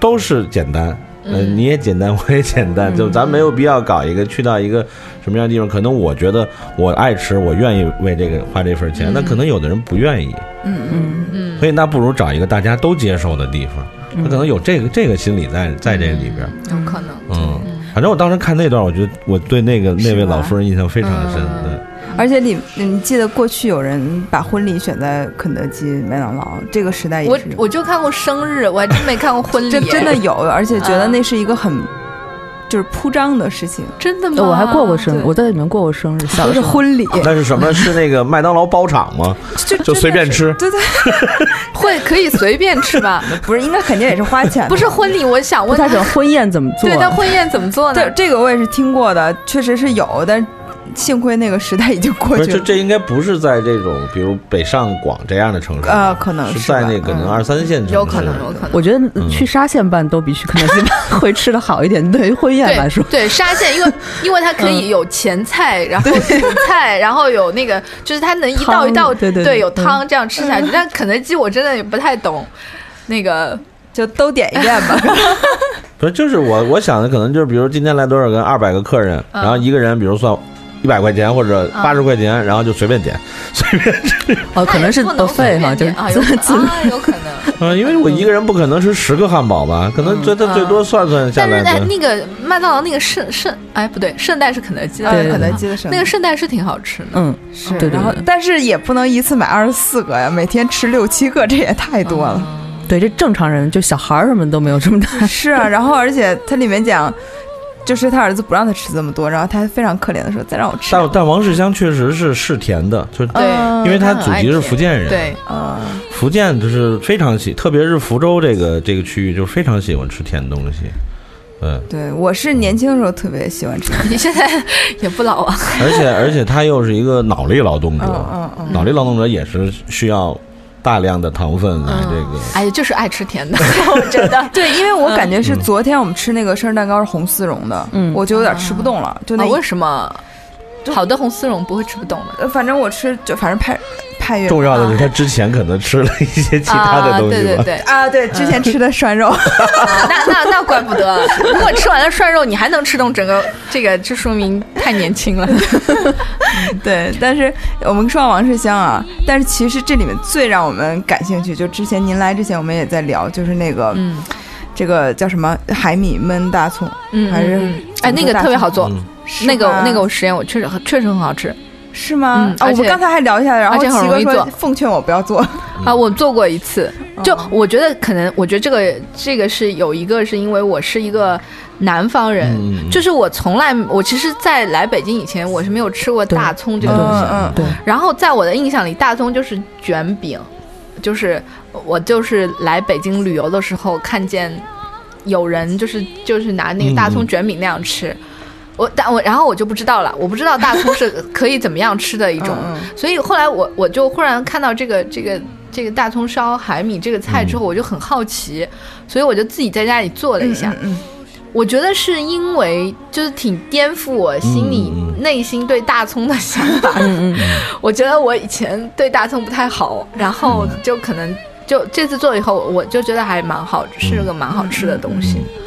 都是简单。呃，嗯你也简单，我也简单，就咱没有必要搞一个去到一个什么样的地方。可能我觉得我爱吃，我愿意为这个花这份钱，那可能有的人不愿意，嗯嗯所以那不如找一个大家都接受的地方。他可能有这个这个心理在在这里边儿。有可能，嗯，反正我当时看那段，我觉得我对那个那位是吧老夫人印象非常深。嗯对，嗯，而且里你记得过去有人把婚礼选在肯德基、麦当劳，这个时代也我是我就看过生日，我还真没看过婚礼，真真的有，而且觉得嗯那是一个很就是铺张的事情，真的吗？哦我还过过生日，对我在里面过过 生日，小不的是时候。婚礼，那是什么？是 那个麦当劳包场吗？就就随便。吃。真的是会可以随便吃 吧？对对，不是，应该肯定也是花钱的，不是婚礼，我想不问太懂婚宴怎么做？啊对他婚宴怎么做呢？对，这个我也是听过的，确实是有，但幸亏那个时代已经过不是，去这了。这应该不是在这种比如北上广这样的城市，呃，可能是是吧在那可能嗯二三线城市，有可能，有可能。我觉得去沙县办都比去肯德基办 会吃的好一点，对 于婚宴来说嗯对。对，沙 县，因为因为它可以有前菜，然后主 菜，然后有那个，就是它能一道一道，汤对对对有汤这样吃 下去。但肯德基我真的也不太懂，那个就都点一遍 吧。不是就是我我想的可能就是比如今天来多少个二百个客人，嗯然后一个人比如算。一百块钱或者嗯八十块钱，然后就随便点，随便吃。哦，可能是哎不能 buffet 哈，就是随便点啊，有可能啊有可能。嗯，因为我嗯一个人不可能吃十个汉堡吧，可能最最最多算算下但是来哎，的。那个麦当劳那个圣圣，哎不对，圣代是肯德基的，对肯德基的生日那个哦圣代是挺好吃的。嗯，是，对对然后对但是也不能一次买二十四个呀，每天吃六七个，这也太多了。对，这正常人就小孩儿什么都没有这么大。嗯是啊，然后而且它里面讲，就是他儿子不让他吃这么多，然后他非常可怜的说：“再让我吃。但但王世襄确实是是甜的，就对，嗯因为他很祖爱籍是甜福建人，对，” 嗯，福建就是非常喜，特别是福州这个这个区域，就非常喜欢吃甜的东西。嗯， 对，我是年轻的时候特别喜欢吃，你现在也不老啊，而且而且他又是一个脑力劳动者，嗯嗯嗯，脑力劳动者也是需要大量的糖分来这嗯个。哎，就是爱吃 甜的，我觉得。对，因为我感觉嗯是昨天我们吃那个生日蛋糕是红丝绒的，嗯我就有点吃不动了，就那啊一，为什么就好的红丝绒不会吃不动的？呃反正我吃就反正派派月重要的是，他之前可能吃了一些其他的东啊、西对吧对。对，啊 啊，对，之前吃的涮肉， 那那那怪不得，啊如果吃完了涮肉，你还能吃动整个这个，就说明太年轻 了。嗯对，但是我们说到王世襄啊，但是其实这里面最让我们感兴趣，就之前您来之前我们也在聊，就是那个、嗯这个叫什么海米焖大葱，嗯，还是嗯哎，那个特别好做，嗯是那个吧那个我实验，我确实很确实很好吃是吗？嗯啊，而我且们刚才还聊一下，然后而且很齐容哥易说做奉劝我不要做，嗯啊，我做过一次，嗯就我觉得可能，我觉得这个这个是有一个是因为我是一个南方人，嗯嗯就是我从来我其实，在来北京以前，我是没有吃过对大葱这个嗯东西。嗯嗯，对，然后在我的印象里，大葱就是卷饼，就是我就是来北京旅游的时候看见有人就是就是拿那个大嗯葱卷饼那样吃。我但我然后我就不知道了，我不知道大葱 是可以怎么样吃的一种，嗯所以后来我我就忽然看到这个这个这个大葱烧海米这个菜嗯之后，我就很好奇，所以我就自己在家里做了一下。嗯我觉得是因为就是挺颠覆我心里嗯嗯内心对大葱的想法。 我觉得我以前对大葱不太好，然后就可能就这次做了以后，我就觉得还蛮好，是个蛮好吃的东嗯西。嗯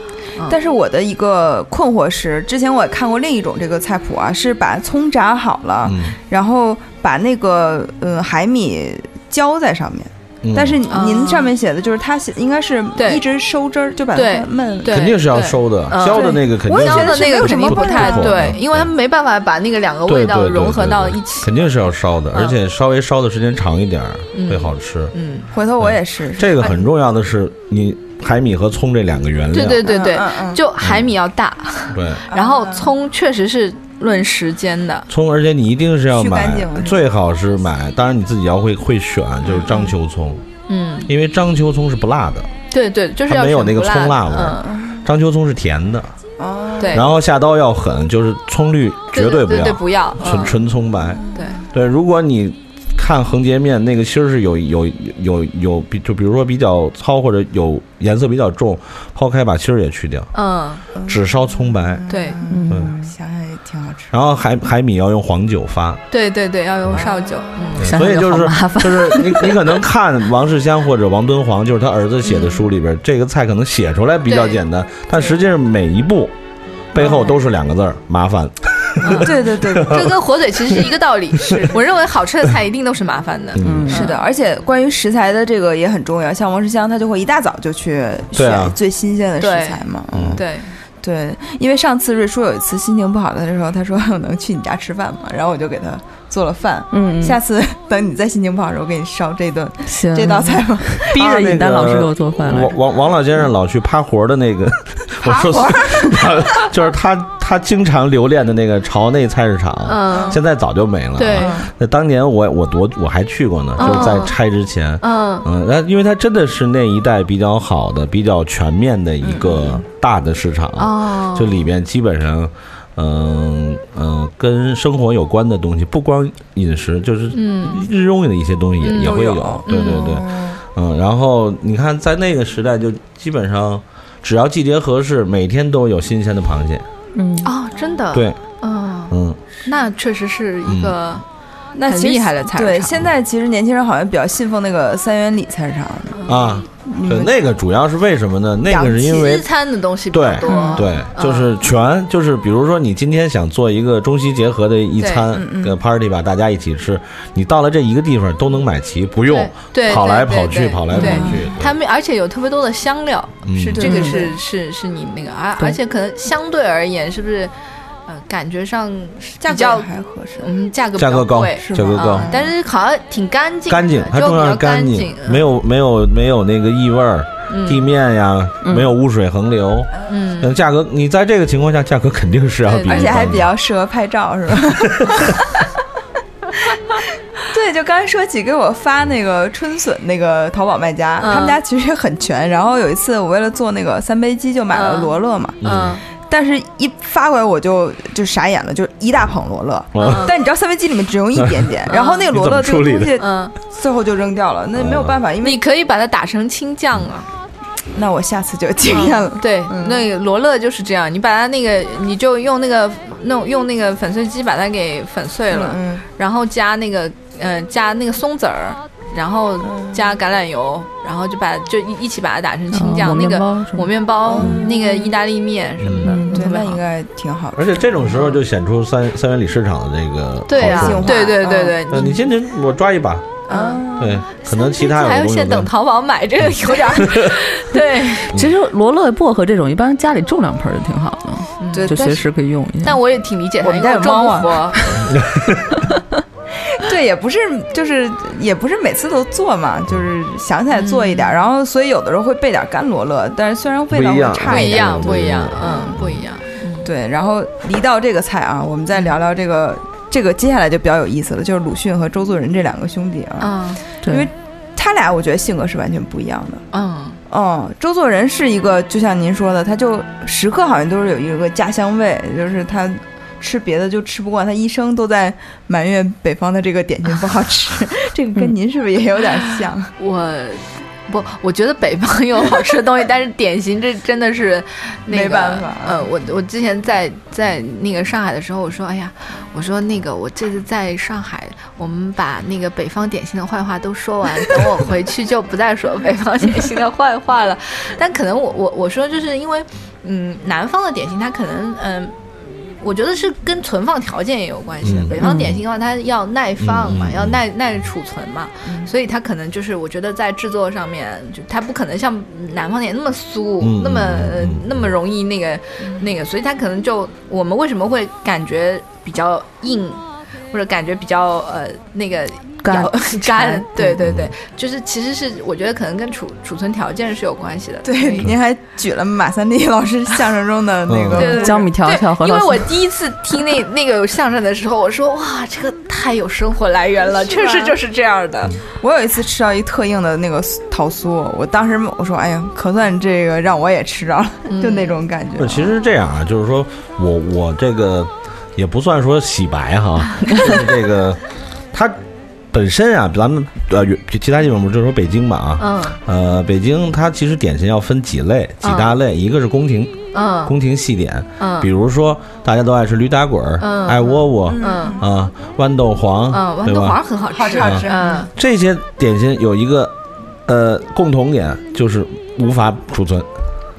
但是我的一个困惑是，之前我也看过另一种这个菜谱啊，是把葱炸好了，嗯然后把那个呃海米浇在上面。嗯但是啊您上面写的就是它写应该是对一直收汁儿，就把它对焖。对肯定是要对收的，嗯浇的那个肯我也定然觉后得的那个肯定不不太太对妥，因为他们没办法把那个两个味对道对对融合对到对一起。肯定是要烧的，而嗯且稍微烧的时间长一点儿嗯会好吃。嗯，回头我也试试。这个很重要的是，你海米和葱这两个原料，对对对对嗯嗯，嗯嗯就海米要大，对然后葱确实是论时间的。葱，而且你一定是要去干买净了，最好是买，当然你自己要会会选，就是章丘葱，嗯，因为章丘葱是不辣的，对对，就是它要没有选那个不葱辣的味儿嗯，章丘葱是甜的，哦，对，然后下刀要狠，就是葱绿绝对不对要，不要，纯嗯纯葱白。对。对，如果你看横截面那个芯儿是有有有有比就比如说比较糙或者有颜色比较重，抛开把芯儿也去掉，嗯，只烧葱白。对，嗯嗯，想想也挺好 吃。然后海海米要用黄酒发，对对对，要用绍酒，嗯，对想所想以就好是麻烦。 就是你你可能看王世襄或者王敦煌，就是他儿子写的书里嗯边，这个菜可能写出来比较简单，但实际上每一步背嗯后都是两个字儿麻烦。嗯对对对，对这跟火腿其实是一个道 理。是，我认为好吃的菜一定都是麻烦的。嗯，是的，而且关于食材的这个也很重要。像王世襄，他就会一大早就去对啊选最新鲜的食材嘛。嗯，对，对，因为上次瑞叔有一次心情不好的时候，他说我能去你家吃饭吗？然后我就给他做了饭。嗯，下次等你再心情不好的时候，我给你烧这顿行，这道菜吧。逼着尹丹老师给我做饭来着王。王王老先生老去趴活儿的那 个，我说活 就是他他经常留恋的那个朝内菜市场，嗯现在早就没了。啊对，那当年我我多我还去过呢，就是在拆之前。嗯，嗯，那因为它真的是那一带比较好的、比较全面的一个大的市场，嗯哦，就里边基本上，嗯、嗯、跟生活有关的东西，不光饮食，就是嗯日用的一些东西也、嗯也都会有对对对，嗯，然后你看在那个时代，就基本上只要季节合适，每天都有新鲜的螃蟹。嗯，哦，真的，，对，嗯，嗯，那确实是一个那很其实厉害的菜市对，场现在其实年轻人好像比较信奉那个三元里菜市场。嗯啊，对，那个主要是为什么呢？那个是嗯因为西餐的东西比较对嗯多，对，就是全，就是比如说你今天想做一个中西结合的一餐嗯个 party 吧，大家一起吃，你到了这一个地方都能买齐，不用对，跑来对跑对去，对跑来跑对去。他们而且有特别多的香料，嗯是对这个对是是是你那个，而对而且可能相对而言，是不是呃感觉上价比较格还合适。嗯价格价格比较高贵，是，价格吧高嗯，但是好像挺干净的，干净，它就重比要较是干净，嗯没有没有没有那个异味儿，地面呀没有污水横流，嗯那价格你在这个情况下，价格肯定是要对比而而一且般还的比较适合拍照，是吧？嗯 对，就刚才说起给我发那个春笋那个淘宝卖家，嗯他们家其实很全。然后有一次我为了做那个三杯鸡，就买了嗯罗勒嘛，嗯但是一发过来我就就傻眼了，就一大捧罗勒。嗯但你知道三杯鸡里面只用一点点，然后那个罗勒你这怎么个处东理西嗯，最后就扔掉了，那没有办法，因为你可以把它打成青酱啊，那我下次就有经验了。对嗯，那个罗勒就是这样，你把它那个你就用那个弄用那个粉碎机把它给粉碎了，嗯，然后加那个呃加那个松子儿，然后加橄榄油，然后就把就一一起把它打成青酱，嗯那抹面个包什么抹面包、那个意大利面什么的，嗯对特，别那好应。该挺好的。而且这种时候就显出三三元里市场的这个对啊好处性化对对对对，呃，你今天我抓一把，嗯，对，可能其他还有要东西先等都淘宝买，这个有点儿 对。其实罗勒、薄荷这种，一般家里种两盆儿就挺好的，嗯对，就但随是时可以用一下。但我也挺理解我他，们因家为有我种猫不啊活，对，也不是，就是也不是每次都做嘛，就是想起来做一嗯点儿，然后所以有的时候会备点干罗勒，但是虽然味道不一会样不差一一点儿。样，不一样，嗯，不一样。对，然后离到这个菜啊，我们再聊聊这个这个接下来就比较有意思了，就是鲁迅和周作人这两个兄弟啊，嗯对因为他俩我觉得性格是完全不一样的。嗯，嗯，周作人是一个，就像您说的，他就时刻好像都是有一个家乡味，就是他吃别的就吃不惯，他一生都在埋怨北方的这个点心不好 吃。这个跟您是不是也有点嗯像？我不，我觉得北方有好吃的东西，但是点心这真的是、那个、没办法呃，我我之前在在那个上海的时候，我说，哎呀，我说那个我这次在上海，我们把那个北方点心的坏话都说完，等我回去就不再说北方点心的坏话了。但可能我 我我说就是因为，嗯，南方的点心它可能嗯。我觉得是跟存放条件也有关系的。嗯北方点心的话，它要耐放嘛，嗯嗯要耐耐储存嘛，所以它可能就是我觉得在制作上面，就它不可能像南方点那么酥，嗯那么、呃嗯嗯嗯那么容易那个、那个，所以它可能就我们为什么会感觉比较硬，或者感觉比较呃那个干 咬干，对嗯对对，就是其实是我觉得可能跟储储存条件是有关系的。所对，以您还举了马三立老师相声中的那嗯个对对对江米条条和因老为四我第一次听那那个相声的时候，我说哇，这个太有生活来源了，确实就是这样的。我有一次吃到一特硬的那个桃酥，我当时我说：“哎呀，可算这个让我也吃着了，嗯就那种感觉。不是，其实是这样啊，就是说我 我这个也不算说洗白哈，就是这个它本身啊，咱们呃其他地方不是就说北京嘛啊，嗯呃，北京它其实点心要分几类几大类，一个是宫廷嗯宫廷细点，嗯比如说大家都爱吃驴打滚儿、嗯爱窝窝嗯啊、豌豆黄，嗯，豌对豆吧？黄很好吃，好吃好吃嗯这些点心有一个呃共同点，就是无法储存，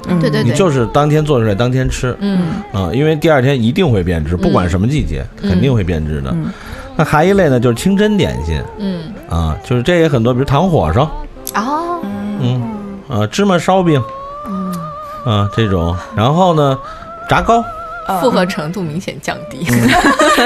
嗯，对对你对，就是当天做出来当天吃嗯啊、因为第二天一定会变质，不管什么季节、嗯肯定会变质的。嗯那还一类呢，就是清真点心嗯，啊、就是这也很多，比如糖火烧，哦，嗯啊、芝麻烧饼，嗯啊、这种，然后呢。炸糕，复嗯合程度明显降低，嗯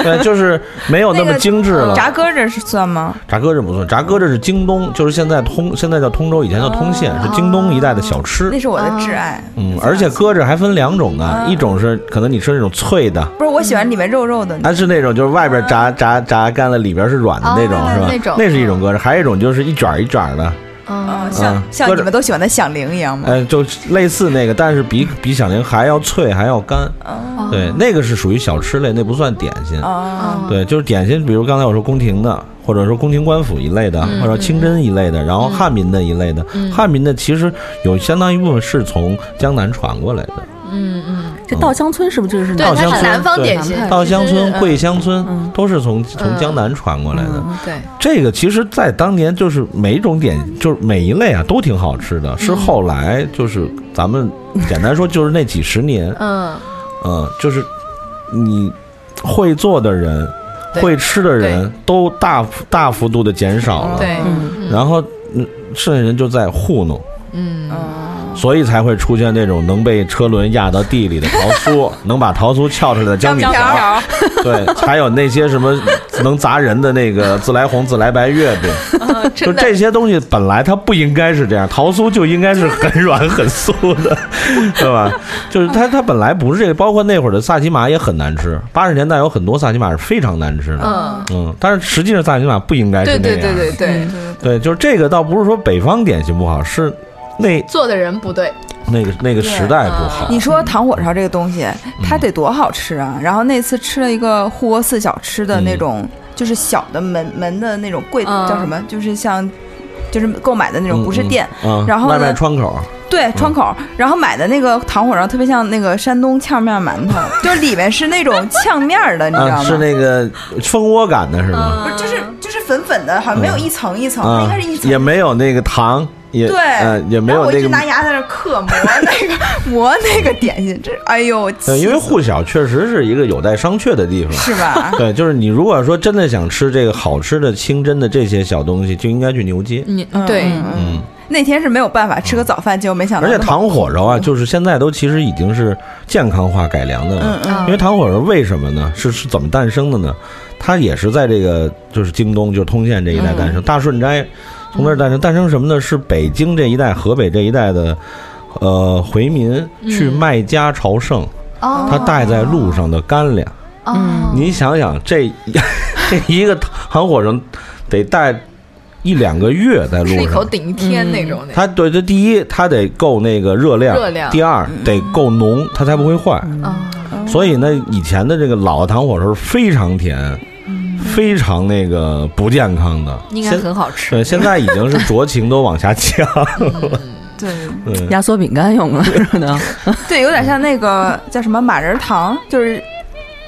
对，呃就是没有那么精致了。炸鸽这是算吗？炸鸽这不算，炸鸽这是京东，就是现在通，现在叫通州，以前叫通县，是京东一带的小吃那。是我的挚爱。嗯，而且搁着还分两种呢，一种是可能你吃那种脆的，不是我喜欢里面肉肉的，它是那种就是外边炸炸炸干了，里边是软的那种，哦是吧？那种是一种搁着，还有一种就是一卷儿一卷儿的， 嗯嗯，像嗯像搁着你们都喜欢的响铃一样吗？呃，就类似那个，但是比比响铃还要脆，还要干。哦嗯对，那个是属于小吃类，那不算点心。啊，嗯对，就是点心，比如刚才我说宫廷的，或者说宫廷官府一类的，嗯或者清真一类的，然后汉民的一类的。汉民的其实有相当一部分是从江南传过来的，嗯嗯，这稻香村是不是就是对，稻它香是村南方对点心南，派稻香村、嗯桂香村嗯都是从从江南传过来的。对，这个其实，在当年就是每一种点，就是每一类啊都挺好吃嗯的，是后来就是咱们简单说就是那几十年，嗯嗯，就是你会做的人。对会吃的人都大幅大幅度的减少了，对，然后嗯，剩下人就在糊弄，嗯所以才会出现那种能被车轮压到地里的桃 酥，能把桃酥撬出来的江米条，条，对，还有那些什么能砸人的那个自来红、自来白月饼， 哦就这些东西本来它不应该是这样，桃酥就应该是很软很酥 的，对吧？就是它它本来不是这个，包括那会儿的萨琪玛也很难吃，八十年代有很多萨琪玛是非常难吃的，嗯，嗯，但是实际上萨琪玛不应该是对那对样，嗯对对对，对，就是这个倒不是说北方点心不好，是那做的人不对，那个那个时代不好。你说糖火烧这个东西，嗯它得多好吃啊！然后那次吃了一个护国寺小吃的嗯那种，就是小的门门的那种柜，嗯叫什么？就是像，啊就是购买的那种，不是店，嗯，嗯嗯然后外呢卖窗口，对，窗口。然后买的那个糖火烧特别像那个山东呛面馒头，就是里面是那种呛面儿的，你知道啊，吗？是那个蜂窝感的是不吗？是，就是就是粉粉的，好像没有一层一层，它应啊该是一，层也。没有那个糖，也对，呃，也没然后有我一那直个拿牙在那儿刻 磨那个磨那个点心，这哎呦，呃，因为气死户小确实是一个有待商榷 的地方。？是吧 对，就是你如果说真的想吃这个好吃的清真的这些小东西，就应该去牛街。你嗯对，嗯嗯，那天是没有办法吃个早饭，结果没想到而那且么，嗯糖火烧啊，就是现在都其实已经是健康化改良的了。嗯因为糖火烧为什么呢？是是怎么诞生的呢？它也是在这个就是京东，就是通县这一嗯带诞生，大顺斋从那儿诞生。诞生什么呢？是北京这一带、河北这一带的呃回民嗯去卖家朝圣，哦，他带在路上的干粮。哦，你想想，这 这一个糖火烧得带一两个月在吃一路口上。顶一嗯天那种的，它对它第一，它得够那个热量；热量嗯第二，得够浓，它才不会坏。啊，所以呢，以前的这个老糖火烧是非常甜，非常那个不健康的。嗯应该现很好吃对，，现在已经是酌情都往下降。嗯对 对，压缩饼干用了可能，对，有点像那个叫什么马仁糖，就是。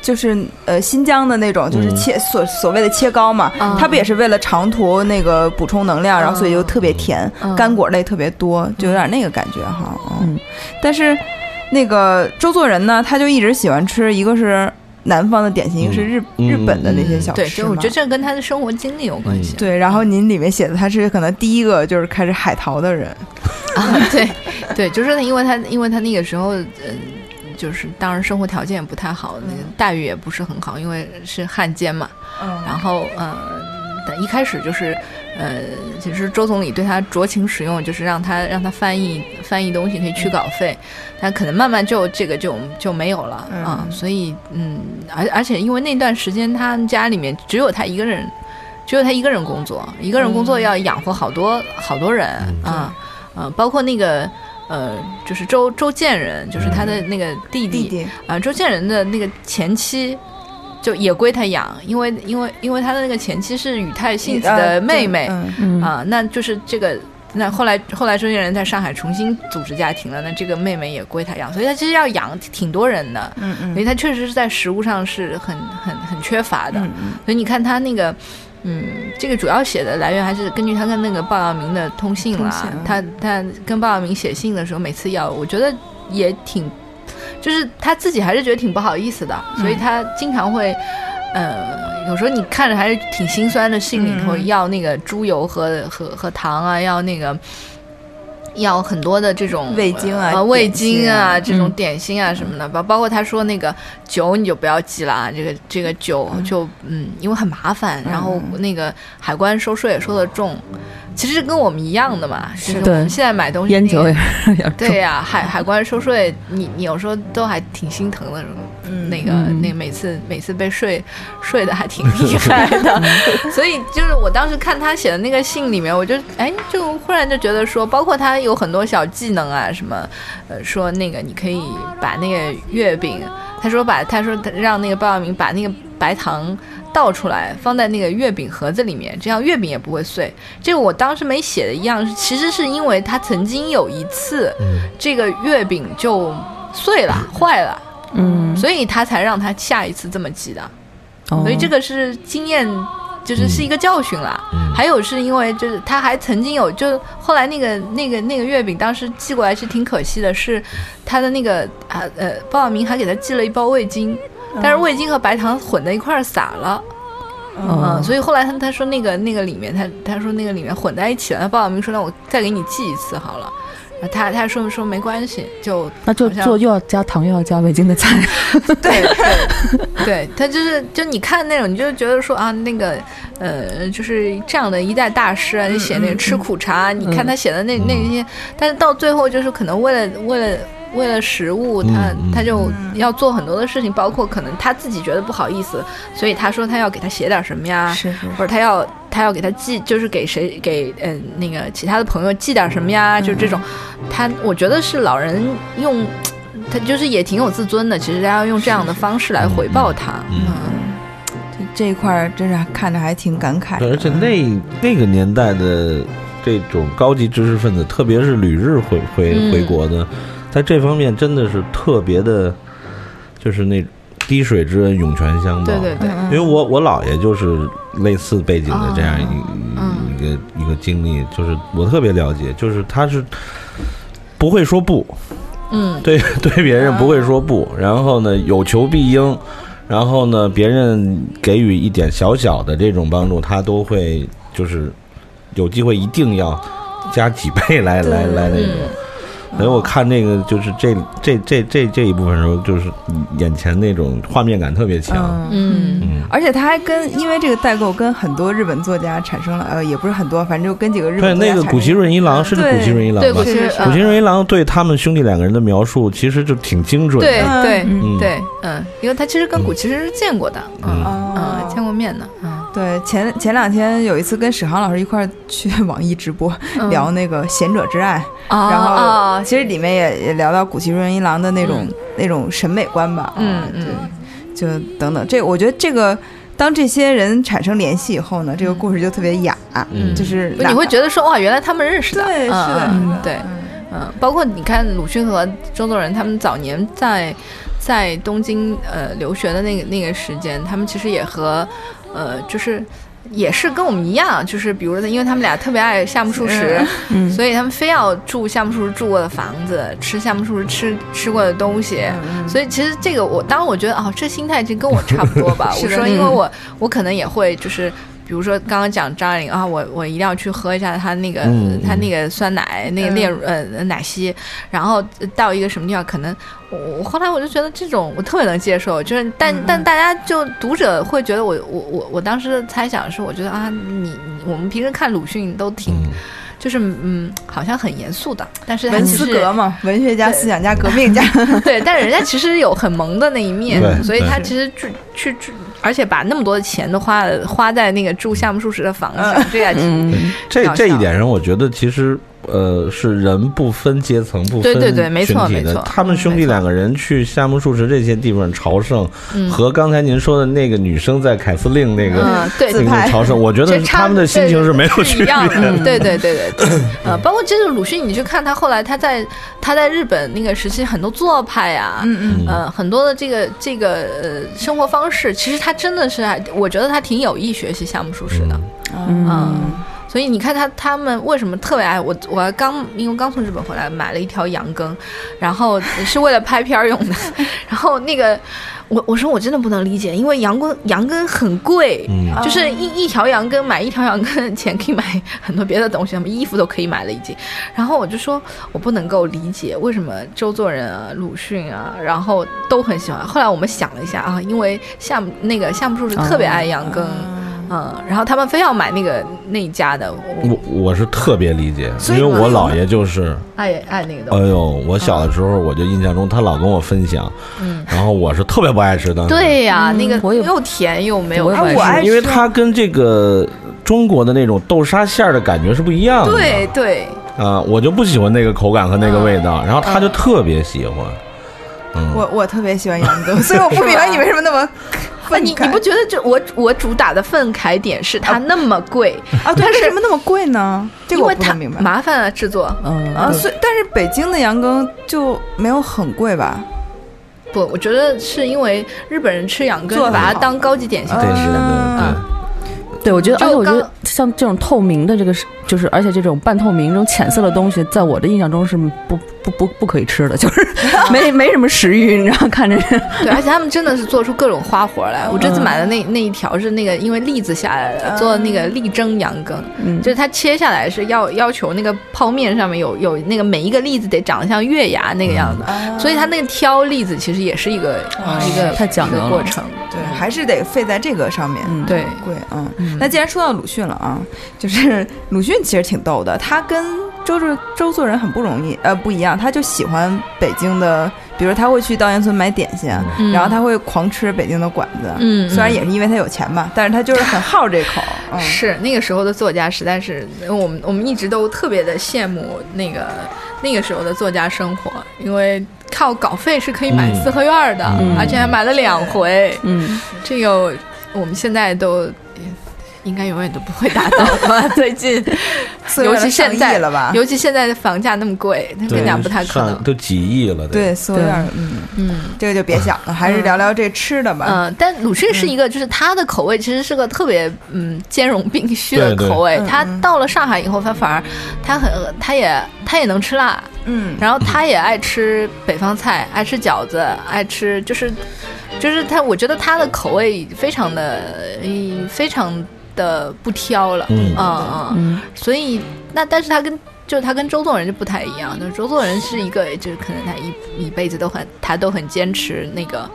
就是呃，新疆的那种，就是嗯切、所所谓的切糕嘛，嗯它不也是为了长途那个补充能量，然后所以就特别甜，嗯干果类特别多，就有点那个感觉哈。嗯，但是那个周作人呢，他就一直喜欢吃，一个是南方的点心，一个是日、嗯日本的那些小吃嘛。对，就我觉得这跟他的生活经历有关系啊对，然后您里面写的他是可能第一个就是开始海淘的人，啊， 对，对，就是因为他，因为他那个时候，嗯。就是当然生活条件也不太好，那个待遇也不是很好，因为是汉奸嘛。嗯然后呃，但一开始就是呃，其实周总理对他酌情使用，就是让他让他翻译翻译东西可以取稿费，但可能慢慢就这个就就没有了嗯啊、所以嗯，而而且因为那段时间他们家里面只有他一个人，只有他一个人工作，一个人工作要养活好多、好多人啊，呃，包括那个。呃，就是周周建人，就是他的那个弟弟弟啊，周建仁的那个前妻，就也归他养，因为因为因为他的那个前妻是宇太信子呃的对妹妹啊、嗯嗯那就是这个。那后来，后来中间人在上海重新组织家庭了，那这个妹妹也归他养，所以他其实要养挺多人的，嗯嗯所以他确实是在食物上是很很很缺乏的。嗯嗯所以你看他那个，嗯，这个主要写的来源还是根据他跟那个鲍耀明的通信啦。通信啊他他跟鲍耀明写信的时候，每次要，我觉得也挺，就是他自己还是觉得挺不好意思的，嗯所以他经常会，呃，有时候你看着还是挺心酸的，信里头嗯嗯要那个猪油和和和糖啊，要那个。要很多的这种味精啊呃味点心精啊，啊这种嗯点心啊什么的，包、包括他说那个酒你就不要寄了啊，这个这个酒就嗯，因为很麻烦，然后嗯那个海关收税也收的重，其实跟我们一样的嘛，就是我对们现在买东西烟那个酒也是 有点重对呀、海海关收税，你你有时候都还挺心疼的，嗯那个嗯那个每次每次被睡睡的还挺厉害的， 所以就是我当时看他写的那个信里面，我就哎就忽然就觉得说，包括他有很多小技能啊，什么呃说那个你可以把那个月饼，他说把他说让那个鲍耀明把那个白糖。倒出来放在那个月饼盒子里面，这样月饼也不会碎。这个我当时没写的一样，其实是因为他曾经有一次，嗯这个月饼就碎了、坏了，嗯，所以他才让他下一次这么寄的。哦所以这个是经验，就是是一个教训啦。嗯还有是因为就是他还曾经有，就是后来那个那个那个月饼当时寄过来是挺可惜的，是他的那个啊呃鲍晓明还给他寄了一包味精，但是味精和白糖混在一块儿撒了。哦嗯，所以后来他他说那个那个里面他他说那个里面混在一起了，那鲍晓明说那我再给你寄一次好了，然后他他说说没关系，就哦那就好像做又要加糖又要加味精的菜， 对对，对他就是就你看那种，你就觉得说啊，那个呃，就是这样的一代大师啊，你写嗯那个吃苦茶，啊你看他写的那那些，但是到最后就是可能为了为了。为了食物，他嗯嗯他就要做很多的事情，包括可能他自己觉得不好意思，所以他说他要给他写点什么呀，是是或者他要他要给他寄，就是给谁给嗯、那个其他的朋友寄点什么呀，就这种，他我觉得是老人用，他就是也挺有自尊的，其实他要用这样的方式来回报他，嗯这这一块儿真是看着还挺感慨的，对，而且那那个年代的这种高级知识分子，特别是旅日回回嗯回国的，在这方面真的是特别的，就是那滴水之恩涌泉相报。对对对，因为我我姥爷就是类似背景的这样一、哦一个一个经历，就是我特别了解，就是他是不会说不， 嗯对对别人不会说不，然后呢有求必应，然后呢别人给予一点小小的这种帮助，他都会就是有机会一定要加几倍来来来嗯那种。所以我看这个就是这这这这这一部分时候，就是眼前那种画面感特别强。嗯。嗯嗯，而且他还跟因为这个代购跟很多日本作家产生了呃也不是很多，反正就跟几嗯个日对，本作家那个产古生奇润一郎是对古奇润一郎对，吧我？其实是古奇嗯润一郎对他们兄弟两个人的描述其实就挺精准对的。对嗯，对，嗯，因为他其实跟古奇是见过的，嗯嗯嗯，见哦，过面的，嗯对前前两天有一次跟史航老师一块儿去 网易直播嗯聊那个《贤者之爱》，啊然后、啊，其实里面也也聊到古奇润一郎的那种、那种审美观吧，嗯啊嗯就等等，这我觉得这个当这些人产生联系以后呢，这个故事就特别雅，嗯就是不你会觉得说哇，原来他们认识的，对是的嗯嗯是的嗯对，嗯，包括你看鲁迅和周作人他们早年在在东京呃留学的那个那个时间，他们其实也和呃就是。也是跟我们一样，就是比如说，因为他们俩特别爱夏目漱石，嗯所以他们非要住夏目漱石住过的房子，吃夏目漱石吃吃过的东西。嗯所以其实这个我，当然我觉得哦，这心态就跟我差不 多吧。我说，嗯因为我我可能也会就是。比如说，刚刚讲张爱玲啊，我我一定要去喝一下她那个、嗯她那个酸奶，那个嗯炼乳呃奶昔，然后到一个什么地方，可能我我后来我就觉得这种我特别能接受，就是但、嗯但大家就读者会觉得我我我我当时的猜想是，我觉得啊，你你我们平时看鲁迅都挺、嗯就是嗯，好像很严肃的，但是他文其思实格嘛，文学家、对思想家、革命家，对，但是人家其实有很萌的那一面，对所以他对其实去去去，而且把那么多的钱都花花在那个住夏目漱石的房子上，这个嗯，这搞笑这一点上，我觉得其实呃，是人不分阶层、不分对对对没错群体的没错他们兄弟两个人去夏目漱石这些地方朝圣，嗯和刚才您说的那个女生在凯司令那个、 嗯，对，那个朝圣，我觉这得他们的心情是没有区是一别样的，的。对对对 对对，呃，包括这个鲁迅，你去看他后来他在他在日本那个时期很多做派呀、嗯嗯，呃，很多的这个这个呃生活方式，其实他真的是还，我觉得他挺有意学习夏目漱石的，嗯所以你看他他们为什么特别爱我？我刚因为刚从日本回来，买了一条羊羹，然后是为了拍片儿用的。 然后那个我我说我真的不能理解，因为羊羹羊羹很贵，嗯哦就是一一条羊羹买一条羊羹的钱可以买很多别的东西，什么衣服都可以买了已经。然后我就说我不能够理解为什么周作人啊、鲁迅啊，然后都很喜欢。后来我们想了一下啊，因为夏目那个夏目漱石特哦别爱羊羹。嗯，然后他们非要买那个那一家的，我嗯我我是特别理解，所因以嗯为我嘛姥爷就是，爱爱那哎个东西。呦，我小的时候我就印象中他老跟我分享，嗯然后我是特别不爱吃的。对呀、那嗯个我也又甜又没有我也味儿不爱吃因为它跟这个中国的那种豆沙馅儿的感觉是不一样的。对对，啊、我就不喜欢那个口感和那个味道，然后他就嗯特别喜欢。嗯，我我特别喜欢杨 哥，所以我不明白你为什么那么那愤啊哎你慨你不觉得就我我主打的愤慨点是它那么贵，啊？对，为什么那么贵呢？这因个我为不它能明白。麻烦啊制作。嗯啊，所以但是北京的羊羹就没有很贵吧？不，我觉得是因为日本人吃羊羹做得把它好当高级点心对对吃。对对，我觉得，就而且我觉刚得像这种透明的这个是，就是而且这种半透明、这种浅色的东西，在我的印象中是不不不不可以吃的，就是 没没什么食欲，你知道，看着这对，而且他们真的是做出各种花活来。我这次买的那那一条是那个因为栗子下来嗯的，做那个栗蒸羊羹，嗯就是它切下来是要要求那个泡面上面有有那个每一个栗子得长得像月牙那个样子，所以它那个挑栗子其实也是一个、哦一个嗯太讲究一个了过程。啊对，还是得费在这个上面。嗯对，贵啊、嗯那既然说到鲁迅了啊，就是 鲁迅其实挺逗的，他跟周作周作人很不容易，呃，不一样，他就喜欢北京的，比如他会去稻香村买点心，嗯然后他会狂吃北京的馆子，嗯虽然也是因为他有钱吧，但是他就是很好这口，嗯，是那个时候的作家，实在是我们我们一直都特别的羡慕那个那个时候的作家生活，因为靠稿费是可以买嗯四合院儿的，嗯而且还买了两回。嗯，这个我们现在都应该永远都不会达到 吧？最近，四尤个其月现上亿在了吧？尤其现在的房价那么贵，那啊对，啊更加不太可上能。都几亿了。得对，，四个院，嗯，嗯。这个就别想了，还是聊聊这吃的吧。嗯、但鲁迅是一个，就是他的口味其实是个特别嗯兼容并蓄的对对口味。嗯他嗯到了上海以后，他反而他很他也他也能吃辣，嗯，然后他也爱吃北方菜，爱吃饺子，爱吃就是就是他，我觉得他的口味非常的嗯非常的不挑了，嗯嗯嗯，所以那但是他跟。就是他跟周作人就不太一样，就是周作人是一个，就是可能他一一辈子都很，他都很坚持那个，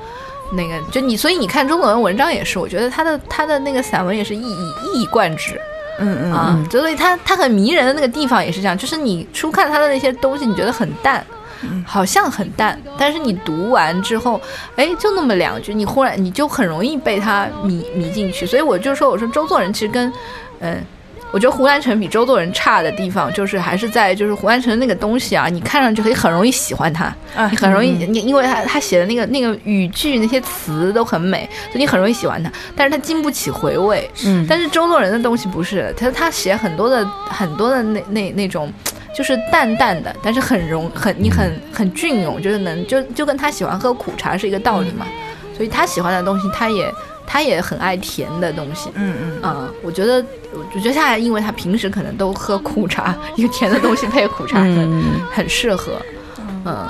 那个，就你，所以你看周作人文章也是，我觉得他的他的那个散文也是一以一以贯之，嗯嗯啊，就所以它它很迷人的那个地方也是这样，就是你初看它的那些东西，你觉得很淡，嗯好像很淡，但是你读完之后，哎，就那么两句，你忽然你就很容易被它迷迷进去。所以我就说，我说周作人其实跟，嗯。我觉得胡兰成比周作人差的地方，就是还是在就是胡兰成那个东西啊，你看上去可以很容易喜欢 它，啊你很容易，你因为他他写的那个那个语句那些词都很美，所以你很容易喜欢他，但是他经不起回味。嗯但是周作人的东西不是，他他写很多的很多的那那那种。就是淡淡的，但是很容很你很很隽永，就是能就就跟他喜欢喝苦茶是一个道理嘛，所以他喜欢的东西，他也他也很爱甜的东西，嗯嗯，嗯，我觉得我我觉得他因为他平时可能都喝苦茶， 一个甜的东西配苦茶很、嗯很适合，嗯，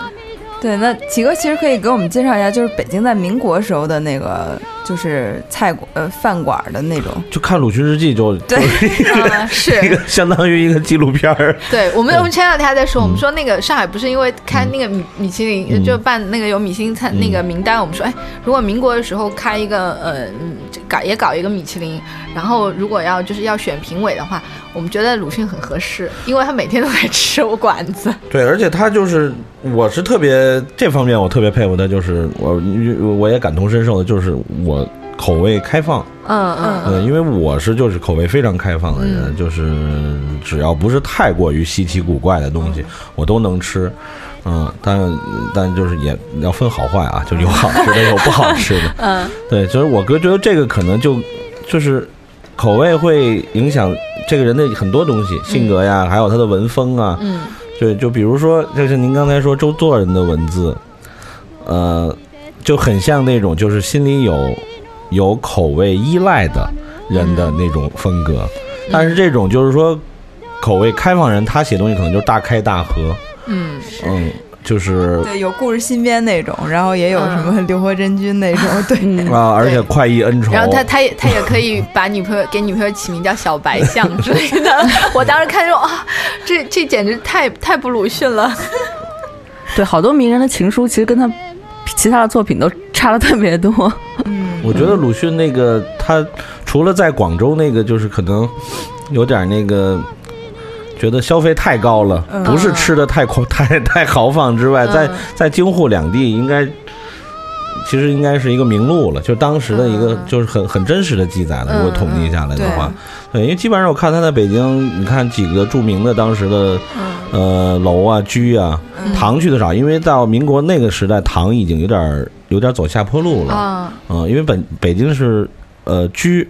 对，那奇哥其实可以给我们介绍一下，就是北京在民国时候的那个，就是菜馆呃饭馆的那种。就看《鲁迅日记》就对 就是一个啊，是一个相当于一个纪录片儿。 对，我们对我们前两天还在说，我们嗯说那个上海不是因为开那个米米其林，嗯就办那个有米其林餐嗯那个名单，我们说，哎，如果民国的时候开一个呃，嗯这搞也搞一个米其林，然后如果要就是要选评委的话，我们觉得鲁迅很合适，因为他每天都在吃我馆子，对，而且他就是，我是特别这方面我特别佩服他，就是我我也感同身受的，就是我口味开放，嗯嗯嗯，因为我是就是口味非常开放的人，就是只要不是太过于稀奇古怪的东西，我都能吃。嗯，但但就是也要分好坏啊，就有好吃的，有不好吃的。嗯， 对，所以我哥觉得这个可能就就是口味会影响这个人的很多东西，性格呀，还有他的文风啊。嗯，对，就比如说，就是您刚才说周作人的文字，呃，就很像那种就是心里有有口味依赖的人的那种风格，嗯但是这种就是说口味开放人，他写东西可能就是大开大合，嗯，嗯，就是对，有故事新编那种，然后也有什么刘和真君那种，对，啊，而且快意恩仇，嗯然后他他也他也可以把女朋友给女朋友起名叫小白象之类的。 我当时看说啊，这这简直太太不鲁迅了。对，好多名人的情书其实跟他其他的作品都差的特别多。哦我觉得鲁迅那个他除了在广州那个，就是可能有点那个。觉得消费太高了，嗯不是吃的太狂太太豪放之外，哎在在京沪两地应该，其实应该是一个名录了，就当时的一个就是很很真实的记载了。如果统计下来的话，对，因为基本上我看他在北京，你看几个著名的当时的呃楼啊居啊，唐去的少，因为到民国那个时代，唐已经有点儿有点儿走下坡路了，嗯嗯，因为本北京是呃居、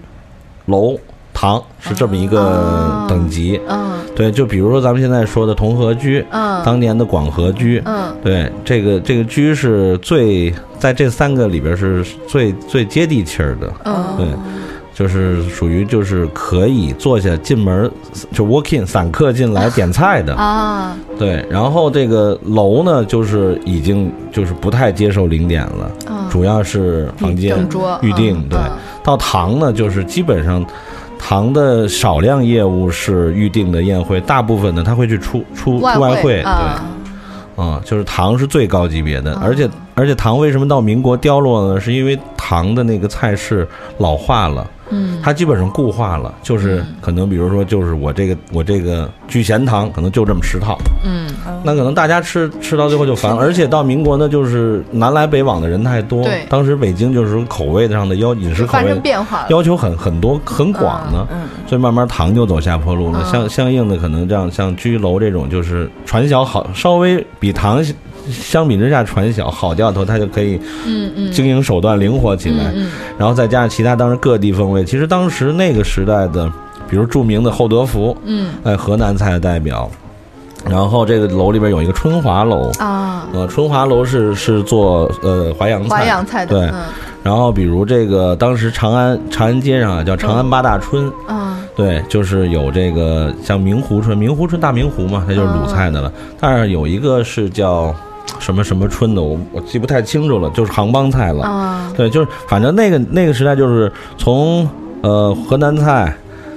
楼、堂是这么一个等级。嗯对，就比如说咱们现在说的同和居，嗯当年的广和居，嗯对，这个这个居是最在这三个里边是最最接地气儿的，嗯，对，就是属于就是可以坐下进门就 walk in 散客进来点菜的， 啊对，然后这个楼呢，就是已经就是不太接受零点了，嗯主要是房间整桌预定，嗯对。嗯到堂呢，就是基本上堂的少量业务是预定的宴会，大部分呢他会去出出出外外汇，啊对，啊、就是堂是最高级别的，而且而且堂为什么到民国凋落呢？是因为堂的那个菜式老化了。嗯它基本上固化了，就是可能比如说，就是我这个我这个聚贤堂可能就这么十套，嗯，那可能大家吃吃到最后就烦，而且到民国呢，就是南来北往的人太多对，当时北京就是说口味上的要饮食就口发生味变化了。要求很很多很广呢，嗯所以慢慢糖就走下坡路了。相相应的可能这样，像居楼这种就是船小好，稍微比糖相比之下船小好掉头，它就可以嗯嗯经营手段灵活起来。嗯然后再加上其他当时各地风味，其实当时那个时代的，比如著名的厚德福，嗯哎，河南菜的代表。然后这个楼里边有一个春华楼，啊，呃，春华楼是是做呃淮扬菜，淮扬菜的嗯对。然后比如这个当时长安长安街上啊叫长安八大春，嗯啊对，就是有这个像明湖春，明湖春大明湖嘛，它就是鲁菜的了。但是有一个是叫什么什么春的，我我记不太清楚了，就是杭帮菜了。啊对，就是反正那个那个时代，就是从呃河南菜，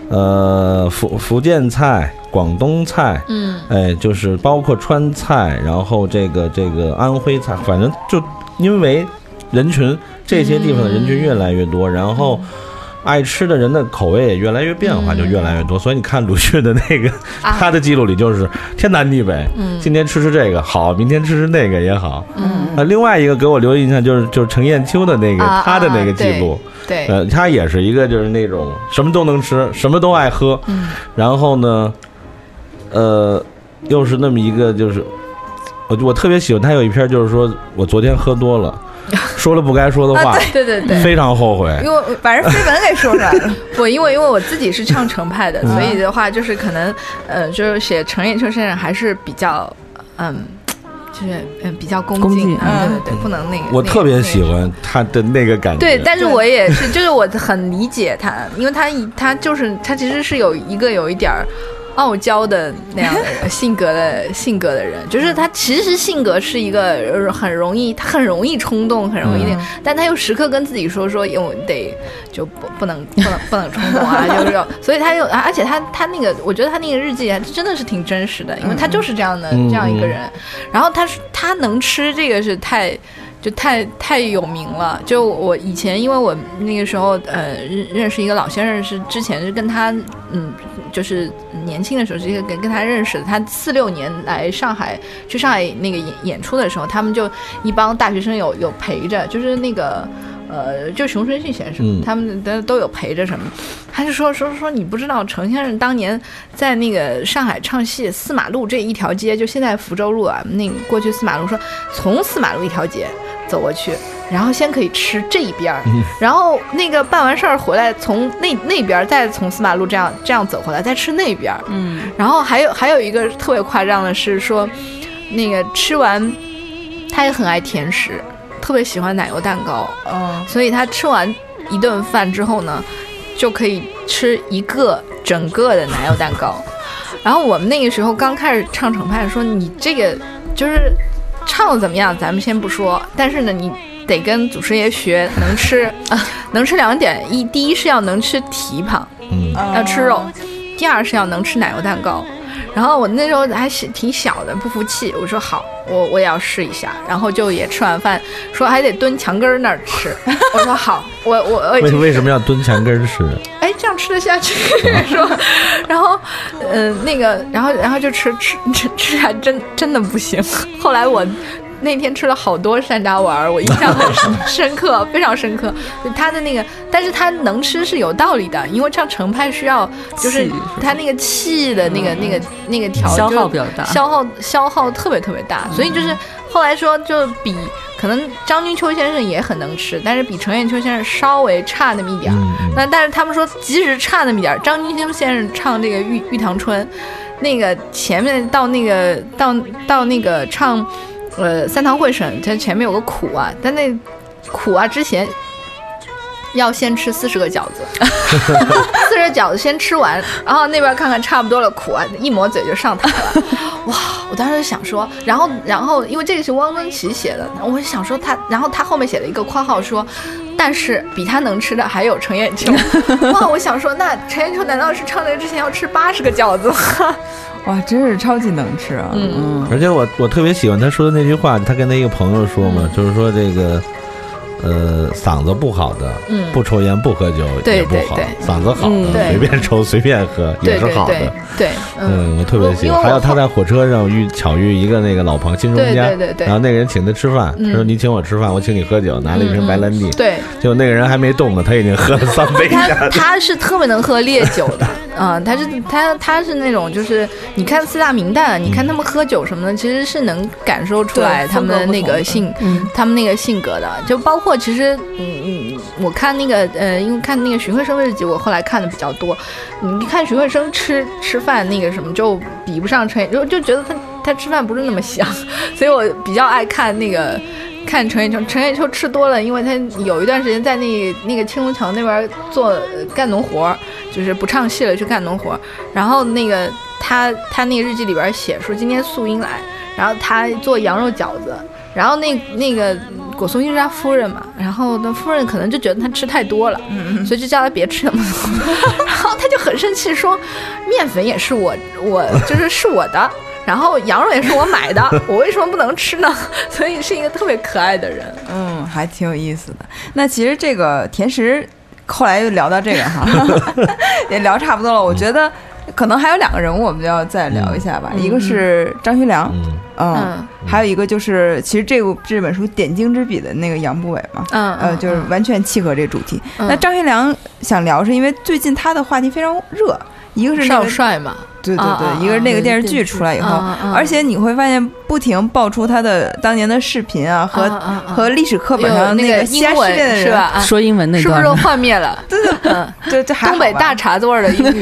呃福福建菜、广东菜，嗯哎，就是包括川菜，然后这个这个安徽菜，反正就因为人群这些地方的人嗯群越来越多，然后。爱吃的人的口味也越来越变化，就越来越多。所以你看鲁迅的那个，嗯 啊他的记录里就是天南地北，嗯今天吃吃这个好，明天吃吃那个也好。呃，另外一个给我留印象就是就是程砚秋的那个啊他的那个啊记录，对呃，他也是一个就是那种什么都能吃，什么都爱喝，嗯然后呢，呃，又是那么一个就是，我我特别喜欢他有一篇就是说我昨天喝多 了，说了不该说的话，啊对对对。非常后悔。因为我把人绯闻给说出来 了。我因为因为我自己是唱程派嗯的，所以的话就是可能呃，就是写程砚秋先生还是比较嗯，就是嗯比较恭恭敬敬，嗯对对对，不能那个。我那个特别那个喜欢他的那个感觉，对，但是我也是，就是我很理解他，因为他一他就是他其实是有一个有一点儿傲娇的那样的人性格的性格的人，就是他其实性格是一个呃很容易他很容易冲动，很容易那，但他又时刻跟自己说说，因为得就不不能不能不能冲动啊，就是要，所以他又而且他他那个我觉得他那个日记还真的是挺真实的，因为他就是这样的、嗯这样一个人，然后他是他能吃这个是太。就太太有名了。就我以前，因为我那个时候呃认认识一个老先生，是之前是跟他嗯，就是年轻的时候，是跟跟他认识的。他四六年来上海去上海那个演演出的时候，他们就一帮大学生有有陪着，就是那个。呃，就熊春旭先生，嗯他们都都有陪着什么，他就说说说你不知道程先生当年在那个上海唱戏，四马路这一条街，就现在福州路啊，那个过去四马路说从四马路一条街走过去，然后先可以吃这一边儿，然后那个办完事儿回来，从那那边儿再从四马路这样这样走回来，再吃那边儿，嗯，然后还有还有一个特别夸张的是说，那个吃完，他也很爱甜食，特别喜欢奶油蛋糕，嗯，所以他吃完一顿饭之后呢，就可以吃一个整个的奶油蛋糕。然后我们那个时候刚开始唱程派，说你这个就是唱的怎么样，咱们先不说，但是呢，你得跟祖师爷学，能吃，啊能吃两点，一第一是要能吃蹄膀。嗯，要吃肉，第二是要能吃奶油蛋糕。然后我那时候还是挺小的，不服气，我说好，我我也要试一下。然后就也吃完饭，说还得蹲墙根儿那儿吃。 我说好，我我我已为经为什么要蹲墙根儿 吃？哎，这样吃得下去 说， 然后，呃，那个，然后，然后就吃吃吃吃还真真的不行。 后来我那天吃了好多山楂丸儿，我印象很深深刻，非常深刻。它的那个，但是它能吃是有道理的，因为唱程派需要就是气是嗯它那个气的那个那个那个调消耗就比较大，嗯消耗消耗特别特别大，所以就是后来说就比可能张君秋先生也很能吃，但是比程砚秋先生稍微差那么一点儿。嗯嗯，那但是他们说，即使差那么一点儿，张君秋先生唱这个《玉玉堂春》，那个前面到那个到到那个唱，呃，三堂会审，它前面有个苦啊，但那苦啊之前。要先吃四十个饺子，四十个饺子先吃完，然后那边看看差不多了，苦啊，一抹嘴就上台了。哇！我当时就想说，然后然后因为这个是汪曾祺写的，我就想说他，然后他后面写了一个括号说，但是比他能吃的还有陈彦 秋。哇！我想说，那陈彦秋难道是唱这个之前要吃八十个饺子吗？哇，真是超级能吃啊！嗯而且我我特别喜欢他说的那句话，他跟他一个朋友说嘛，就是说这个，呃，嗓子不好的，嗯不抽烟不喝酒对也不对好对，嗓子好的嗯随对便抽随便喝也对是对好对的。对，嗯，嗯，我特别喜因为欢。我还有他在火车上遇巧遇一个那个老朋友新对庄家对，对对然后那个人请他吃饭，他嗯说你请我吃饭，我请你喝酒，拿了一瓶白兰地，对。结果那个人还没动呢，他已经喝了三杯 他 下去。他是特别能喝烈酒的，嗯，他是他他是那种就是你看四大名旦，你看他们喝酒什么的，其实是能感受出来对他们的风格那不同个的嗯性，他们那个性格的，就包括其实嗯嗯，我看那个呃，因为看那个徐慧生日记，我后来看的比较多，你看徐慧生吃吃饭那个什么就比不上陈，就就觉得他他吃饭不是那么香， 所以我比较爱看那个。看陈彦秋，陈彦秋吃多了，因为他有一段时间在那那个青龙桥那边做呃干农活儿，就是不唱戏了去干农活儿。然后那个他他那个日记里边写说今天素英来，然后他做羊肉饺子，然后那那个果松英是他夫人嘛，然后那夫人可能就觉得他吃太多了，嗯所以就叫他别吃 那么多，然后他就很生气说，面粉也是我我就是是我的。然后羊肉也是我 买的，我为什么不能吃呢？ 所以是一个特别可爱的人。嗯，还挺有意思的。那其实这个甜食，后来又聊到这个哈， 也聊差不多了。我觉得可能还有两个人物，我们就要再聊一下吧。一个是张学良，嗯，嗯，嗯还有一个就是其实这部这本书点睛之笔的那个杨步伟嘛。嗯，呃，嗯就是嗯完全契合这主题。嗯那张学良想聊，是因为最近他的话题非常热，一个是那少个帅嘛，对对啊啊对，一个是那个啊电视电剧视出来以后，啊啊而且你会发现不停爆出他的当年的视频啊和啊啊啊和历史课本有上那个西英安失恋的文人是吧？？啊说英文那是不段是 儿，幻灭了？对对嗯，对，这还好东北吧大碴子味儿的 英语，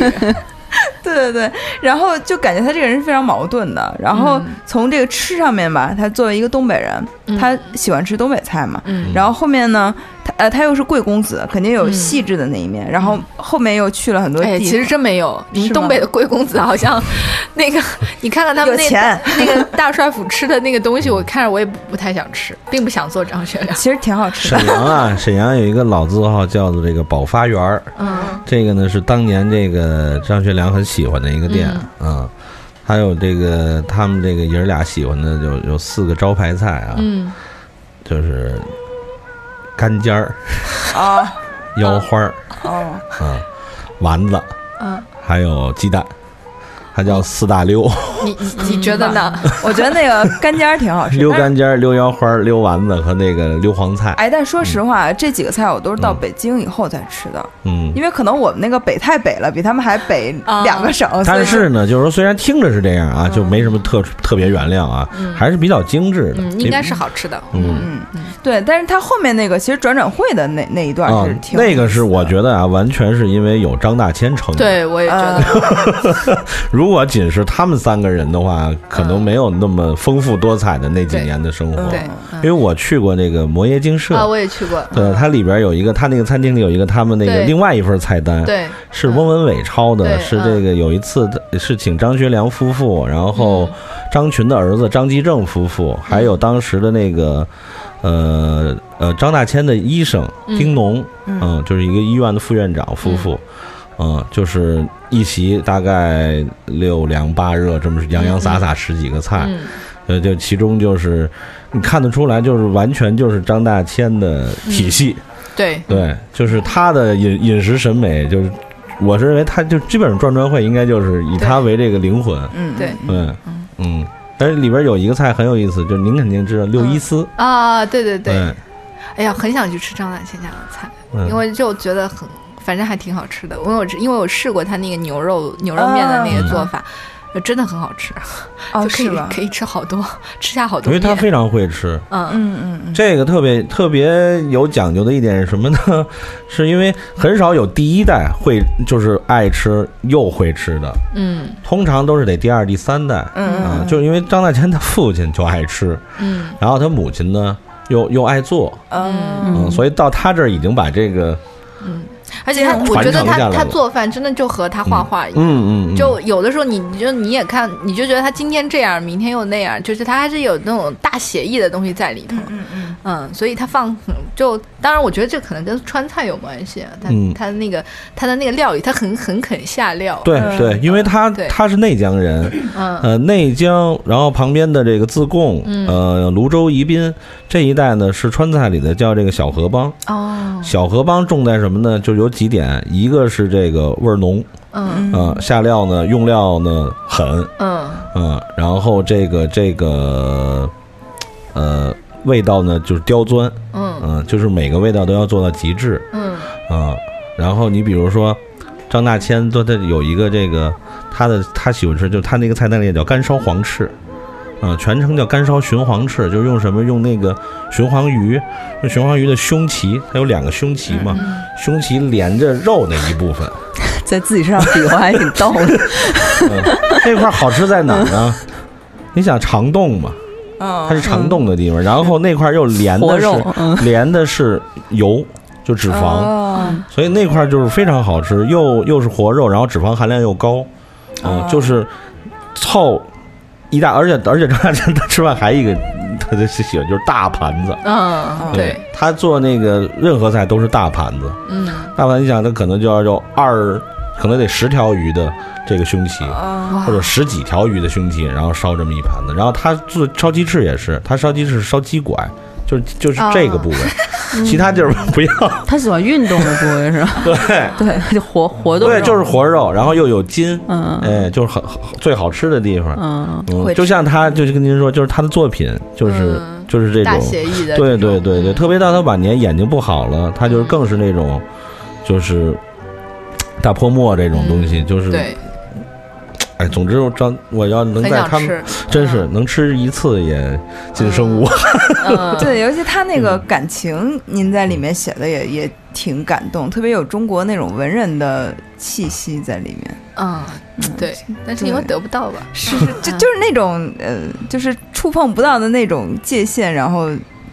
对 对对，然后就感觉他这个人是非常矛盾的。然后嗯从这个吃上面吧，他作为一个东北人，嗯他喜欢吃东北菜嘛。嗯然后后面呢，他呃他又是贵公子，肯定有嗯细致的那一面。然后后面又去了很多哎，地，其实真没有，你们是吗东北的贵公子好像那个， 你看看他们有那钱。 那个大帅府吃的那个东西，我看着我也不不太想吃，并不想做张学 良。其实挺好吃的沈。阳啊，沈阳有一个老字号叫做这个宝发园儿，嗯这个呢是当年这个张学良很喜欢的一个店，嗯，还有这个他们这个爷儿俩喜欢的有有四个招牌菜啊，嗯，就是干尖儿、哦腰花儿哦，啊、丸子，嗯，还有鸡蛋，它叫四大溜：你你 你觉得呢？ 我觉得那个干尖儿挺好吃。 溜干哎尖儿、溜腰花儿、溜丸子和那个溜黄菜。哎，但说实话，这几个菜我都是到北京以后才吃的，嗯，因为可能我们那个北太北了，比他们还北啊两个省。所以但是呢，就是说虽然听着是这样嗯啊，就没什么特特别原料啊，嗯还是比较精致的。嗯，应该是好吃的。嗯对，但是他后面那个其实转转会的那那一段啊是，挺有意思的、那个是我觉得啊，完全是因为有张大千撑着。对，我也觉得。嗯呃如果仅是他们三个人的话，可能没有那么丰富多彩的那几年的生活。对嗯因为我去过那个摩耶精舍，啊，我也去过。哎对，它里边有一个，它那个餐厅里有一个他们那个对另外一份菜单，对，是翁文伟抄的，对是这个有一次是请张学良夫妇，然后张群的儿子张基正夫妇，还有当时的那个呃呃张大千的医生丁农，嗯、就是一个医院的副院长夫妇。嗯，就是一席大概六两八热，这么洋洋洒洒十几个菜，嗯，呃，就其中就是你看得出来，就是完全就是张大千的体系，对，对，就是他的饮饮食审美，就是我是认为他就基本上转转会应该就是以他为这个灵魂，嗯，对对，嗯，但是里边有一个菜很有意思，就是您肯定知道六一丝，啊，对嗯对对。对，哎呀，很想去吃张大千家的菜，嗯因为就觉得很，反正还挺好吃的。因为我因为我试过他那个牛肉牛肉面的那个做法，啊呃真的很好吃，哦，就可是以吧？可以吃好多， 吃下好因多为面。他非常会吃，嗯嗯嗯嗯，这个特别特别有讲究的一点是什么呢？ 是因为很少有第一代会就是爱吃又会吃的，嗯通常都是得第二、第三代。嗯啊，就是因为张大千他父亲就爱吃，嗯然后他母亲呢又又爱做，嗯嗯，所以到他这儿已经把这个，嗯，而且他我觉得传承下来他了他做饭真的就和他画画一样。嗯嗯，嗯就有的时候你，你就你也看，你就觉得他今天这样，明天又那样，就是他还是有那种大写意的东西在里头。嗯嗯所以他放就，当然我觉得这可能跟川菜有关系啊。他、嗯他那个他的那个料理，他很很肯下料。，对对，因为他嗯对他是内江人，嗯呃，内江，然后旁边的这个自贡，呃，泸州、宜宾这一带呢，是川菜里的叫这个小河帮。哦，小河帮重在什么呢？就有几点，一个是这个味儿浓，嗯呃，下料呢，用料呢狠，嗯嗯、然后这个这个，呃，味道呢就是刁钻，嗯嗯、就是每个味道都要做到极致，嗯啊，然后你比如说张大千，他他有一个这个他的他喜欢吃，就他那个菜单里也叫干烧黄翅，啊，全称叫干烧鲟黄翅，就是用什么用那个鲟黄鱼，用鲟黄鱼的胸鳍，它有两个胸鳍嘛，嗯胸鳍连着肉那一部 分，在自己身上比划还挺逗的。这块儿好吃在哪儿 呢？你想肠洞嘛，它是肠洞的地方，然后那块儿又连活的肉是连的是油，就脂肪。哦所以那块儿就是非常好吃，又又是活肉，然后脂肪含量又高，嗯，就是凑一大，而且而且张大千他吃饭还一个他的喜欢就是大盘子，嗯，对，他做那个任何菜都是大盘子，嗯大盘你想他可能就要有二，可能得十条鱼的这个胸鳍。啊哦哇或者十几条鱼的胸鳍，然后烧这么一盘子，然后他做烧鸡翅也是，他烧鸡翅是烧鸡拐，就是就是这个部位，其他地儿不要。他喜欢运动的部位是吧？对，对，就活活动。对，就是活肉，然后又有筋，嗯哎，就是很很最好吃的地方。嗯，会嗯，就像他，就是跟您说，就是他的作品，就是嗯就是这大种，写意的这对种，对对对，嗯特别到他晚年眼睛不好了，他就是更是那种，就是大泼墨这种东西，就是对，哎，总之我张我要能很在想他们，吃，真是能吃一次也尽生无憾。 嗯，对，尤其他那个感情，您在里面写的嗯也也挺感动，特别有中国那种文人的气息在里面。嗯对，但是你又对得不到吧？是，就就是那种呃，就是触碰不到的那种界限，然后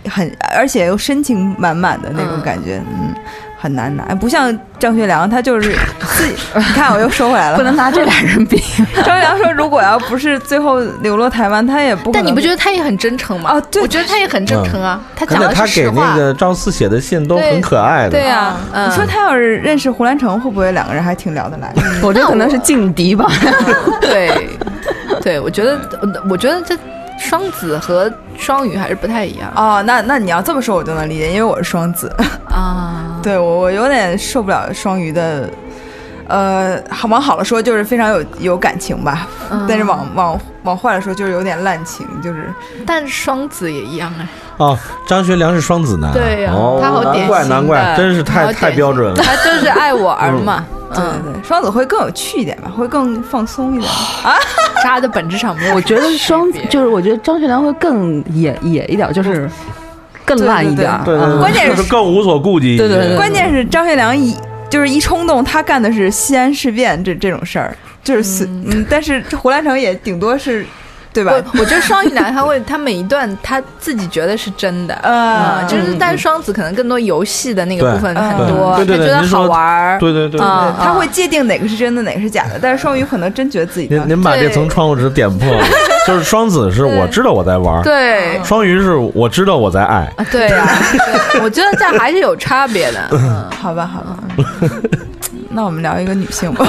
很而且又深情满满的那种感觉，嗯。很难拿，不像张学良，他就是自己。 你看，我又说回来了。不能拿这俩人 比，张学良说，如果要不是最后流落台湾，他也不可能。但你不觉得他也很真诚吗？哦对我觉得他也很真诚啊，他而讲且的 他是给实那话。个赵四写的信都很可爱的，对啊，嗯，嗯你说他要是认识胡兰成，会不会两个人还挺聊得来的？我这可能是劲敌吧。对，对，我觉得，呃我觉得这双子和双鱼还是不太一样哦，那那你要这么说，我就能理解，因为我是双子，啊。对我我有点受不了双鱼的，呃，好往好了说就是非常有有感情吧，嗯但是往往往坏了说就是有点滥情，就是但双子也一样啊哎，哦，张学良是双子男，对呀哦，他好典难怪型难怪，的真是他太好太典标准了。他就是爱玩嘛，对嗯对对，双子会更有趣一点吧，会更放松一点。哦渣的本质上没有。 我觉得双子就是我觉得张学良会更野野一点，就是更对烂对一点儿。啊对对对，关键就是是更无所顾忌一些。对对对对关键是张学良一就是一冲动，他干的是西安事变这这种事儿，就是随嗯，但是这胡兰成也顶多是，对吧？我我觉得双鱼男他会，他每一段他自己觉得是真的，呃嗯就是但是双子可能更多游戏的那个部分很多，对对对他觉对得您好说玩儿，对对对对。啊，他会界定哪个是真的，哪个是假的，但是双鱼可能真觉得自己您的您把这层窗户纸点破了， 就是双子是我知道我在玩儿，对双鱼是我知道我在爱，啊对呀，对我觉得这还是有差 别的，嗯好吧，好吧。 那我们聊一个女性吧。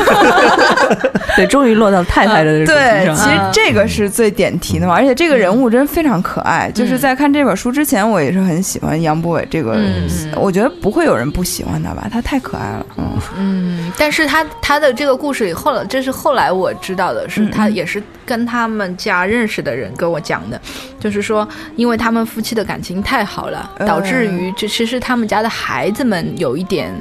对，终于落到太太的这个主题啊对，上其实嗯这个是最点题的嘛，而且这个人物真非常可爱。就是在看这本书之前，我也是很喜欢杨博伟这个人，我觉得不会有人不喜欢他吧，他太可爱了。嗯，嗯，但是他他的这个故事里后来，这是后来我知道的是，他也是跟他们家认识的人跟我讲的，就是说，因为他们夫妻的感情太好了，嗯导致于这其实他们家的孩子们有一点，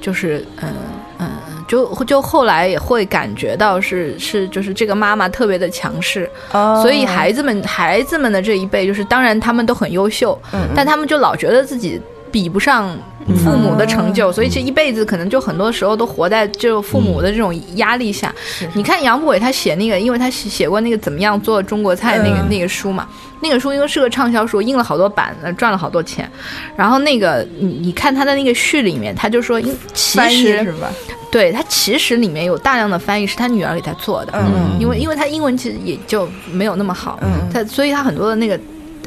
就是嗯嗯，就就后来也会感觉到是是就是这个妈妈特别的强势，哦所以孩子们孩子们的这一辈，就是当然他们都很优秀，嗯但他们就老觉得自己比不上父母嗯的成就，所以这一辈子可能就很多时候都活在就父母的这种压力下。你看杨博伟他写那个，因为他写写过那个怎么样做中国菜那个、嗯那个书嘛，那个书因为是个畅销书，印了好多版，呃赚了好多钱。然后那个你你看他的那个序里面，他就说，因其翻译实是吧？对他其实里面有大量的翻译是他女儿给他做的，嗯因为因为他英文其实也就没有那么好，嗯他所以他很多的那个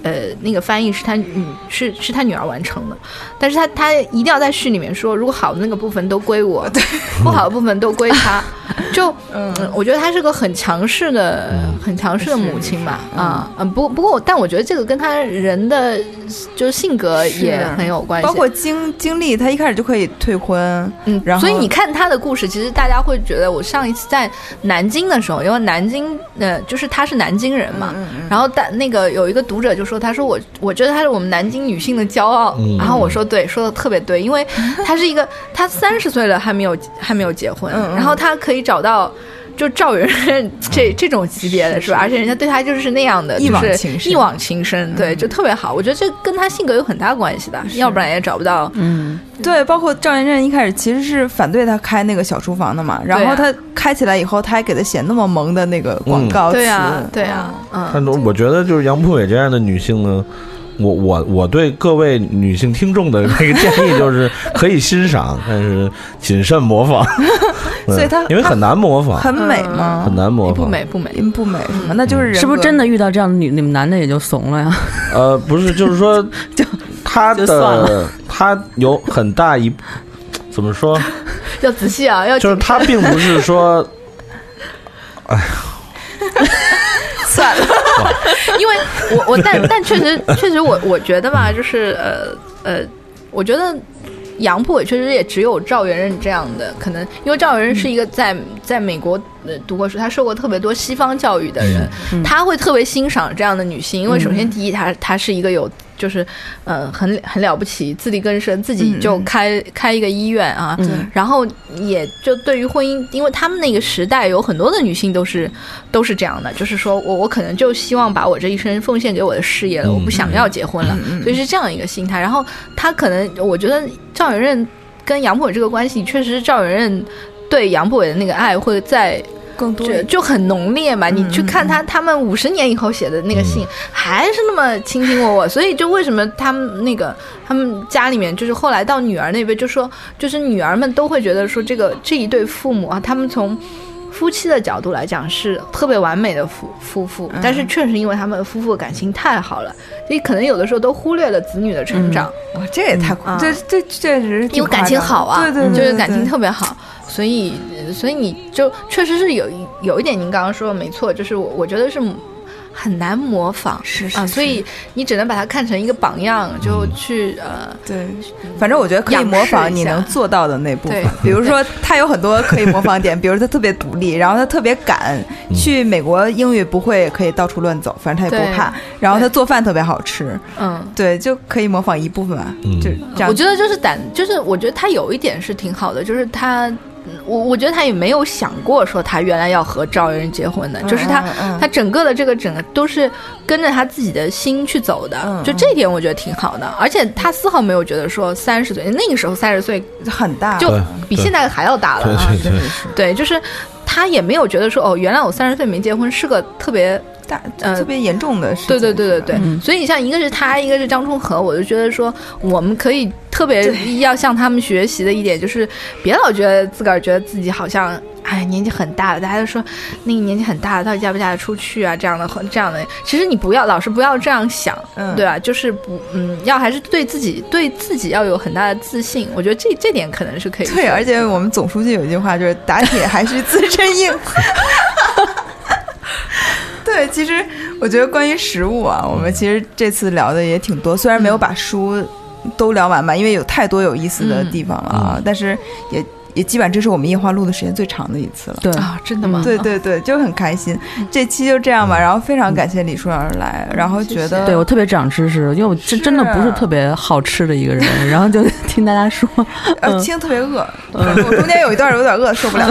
呃那个翻译是他嗯是是他女儿完成的，但是他他一定要在序里面说，如果好的那个部分都归我，不好的部分都归 他，就嗯我觉得他是个很强势的嗯很强势的母亲吧，啊嗯不不过我但我觉得这个跟他人的就是性格也很有关系，包括经经历，他一开始就可以退婚，嗯，然后所以你看他的故事，其实大家会觉得，我上一次在南京的时候，因为南京，呃，就是他是南京嗯人嘛，嗯然后但那个有一个读者就说，他说我我觉得他是我们南京女性的骄傲，嗯然后我说对，说的特别对，因为他是一个他三十岁了还没有还没有结婚，嗯嗯然后他可以找到。就赵云这这种级别的是吧？而且人家对他就是那样的，一往就是情深一往情深，对，就特别好。我觉得这跟他性格有很大关系的，要不然也找不到。对，包括赵元任一开始其实是反对他开那个小厨房的嘛，然后对啊他开起来以后，他还给他写那么萌的那个广告词，对啊，对啊，嗯。但我我觉得就是杨博伟这样的女性呢，我我我对各位女性听众的那个建议就是可以欣赏，但是谨慎模仿，嗯所以她因为很难模仿，很美嗯吗？嗯很难模哎不仿，美不美，不美什么，那就是人是不是格真的遇到这样的女，你们男的也就怂了呀？呃，不是，就是说就她就算的她有很大一怎么说，要仔细啊，要就是她并不是说。算了，因为我我但但确实确实我我觉得吧，就是呃呃，我觉得杨浦伟确实也只有赵元任这样的，可能因为赵元任是一个在、在美国呃读过书，他受过特别多西方教育的人，他会特别欣赏这样的女性，因为首先第一，她她是一个有。就是，呃，很很了不起，自力更生，自己就开、开一个医院啊，然后也就对于婚姻，因为他们那个时代有很多的女性都是都是这样的，就是说我我可能就希望把我这一生奉献给我的事业了，我不想要结婚了，所以是这样一个心态。然后他可能，我觉得赵元任跟杨博伟这个关系，确实是赵元任对杨博伟的那个爱会在更多一就点？就很浓烈嘛。你去看他他们五十年以后写的那个信，还是那么卿卿我我。所以就为什么他们那个他们家里面，就是后来到女儿那边，就说就是女儿们都会觉得说这个这一对父母啊，他们从。夫妻的角度来讲是特别完美的夫夫妇，但是确实因为他们夫妇感情太好了，所以可能有的时候都忽略了子女的成长。哇，这也太嗯这这确实是挺因为感夸情张的好啊，对对对，就是对感情对特别好，所以呃所以你就确实是有一有一点，您刚刚说的没错，就是我我觉得是母很难模仿，是是啊，所以你只能把它看成一个榜样，就去呃，对，反正我觉得可以仰视模仿一你下能做到的那部分对。比如说，他有很多可以模仿点，比如他特别独立，然后他特别敢嗯去美国，英语不会可以到处乱走，反正他也不对怕。然后他对做饭特别好吃，嗯，对，就可以模仿一部分吧。嗯就这样。我觉得就是胆，就是我觉得他有一点是挺好的，就是他，嗯我我觉得他也没有想过说他原来要和赵云结婚的，就是他、嗯嗯他整个的这个整个都是跟着他自己的心去走的，嗯就这一点我觉得挺好的，而且他丝毫没有觉得说三十岁那个时候三十岁很大，就对比现在还要大了啊，对对对对，就是他也没有觉得说哦，原来我三十岁没结婚是个特别大呃特别严重的事情。对对对对是吧对，嗯所以你像一个是他，一个是张春和，我就觉得说我们可以特别要向他们学习的一点就是，别老觉得自个儿觉得自己好像哎年纪很大了，大家都说那个年纪很大了，到底嫁不嫁得出去啊？这样的很这样的，其实你不要老是不要这样想，嗯对吧？啊就是不嗯，要还是对自己对自己要有很大的自信，我觉得这这点可能是可 以对，而且我们总书记有一句话就是“打铁还需自身硬” 。对，其实我觉得关于食物啊，我们其实这次聊的也挺多，虽然嗯没有把书都聊完吧，因为有太多有意思嗯的地方了啊，嗯但是也也基本上这是我们夜话录的时间最长的一次了。对，啊，真的吗？对对对，就很开心。嗯这期就这样吧，然后非常感谢李叔老师来，然后觉得嗯对我特别长知识，因为我真真的不是特别好吃的一个人，然后就听大家说，呃，嗯听特别饿，嗯我中间有一段有点饿，受不了。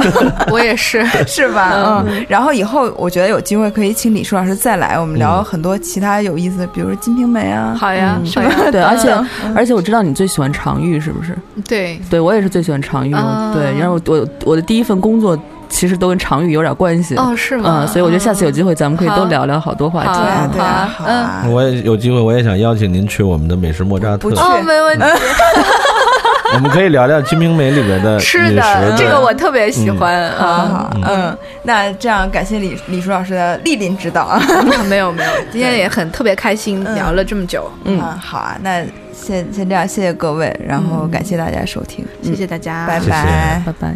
我也是， 是吧？嗯，然后以后我觉得有机会可以请李舒老师再来，我们聊很多其他有意思的，比如说《金瓶梅》啊。好呀，嗯好呀， 对，而且而且我知道你最喜欢常玉是不是？ 对，对我也是最喜欢常玉，啊对，然后我我我的第一份工作其实都跟常玉有点关系，哦，是吗？嗯，所以我觉得下次有机会咱们可以好都聊聊好多话好题对啊，嗯对啊，好好啊啊，我也有机会，我也想邀请您去我们的美食莫扎特不，去哦，没问题，我们可以聊聊《金瓶梅》里 边的饮吃食的对这个我特别喜欢好啊。好，嗯，那这样感谢李李舒老师的莅临指导啊。 没有没有，今天也很特别开心，聊了这么久，嗯，好啊，那先先这样，谢谢各位，然后感谢大家收听，谢谢大家，拜谢拜。拜拜。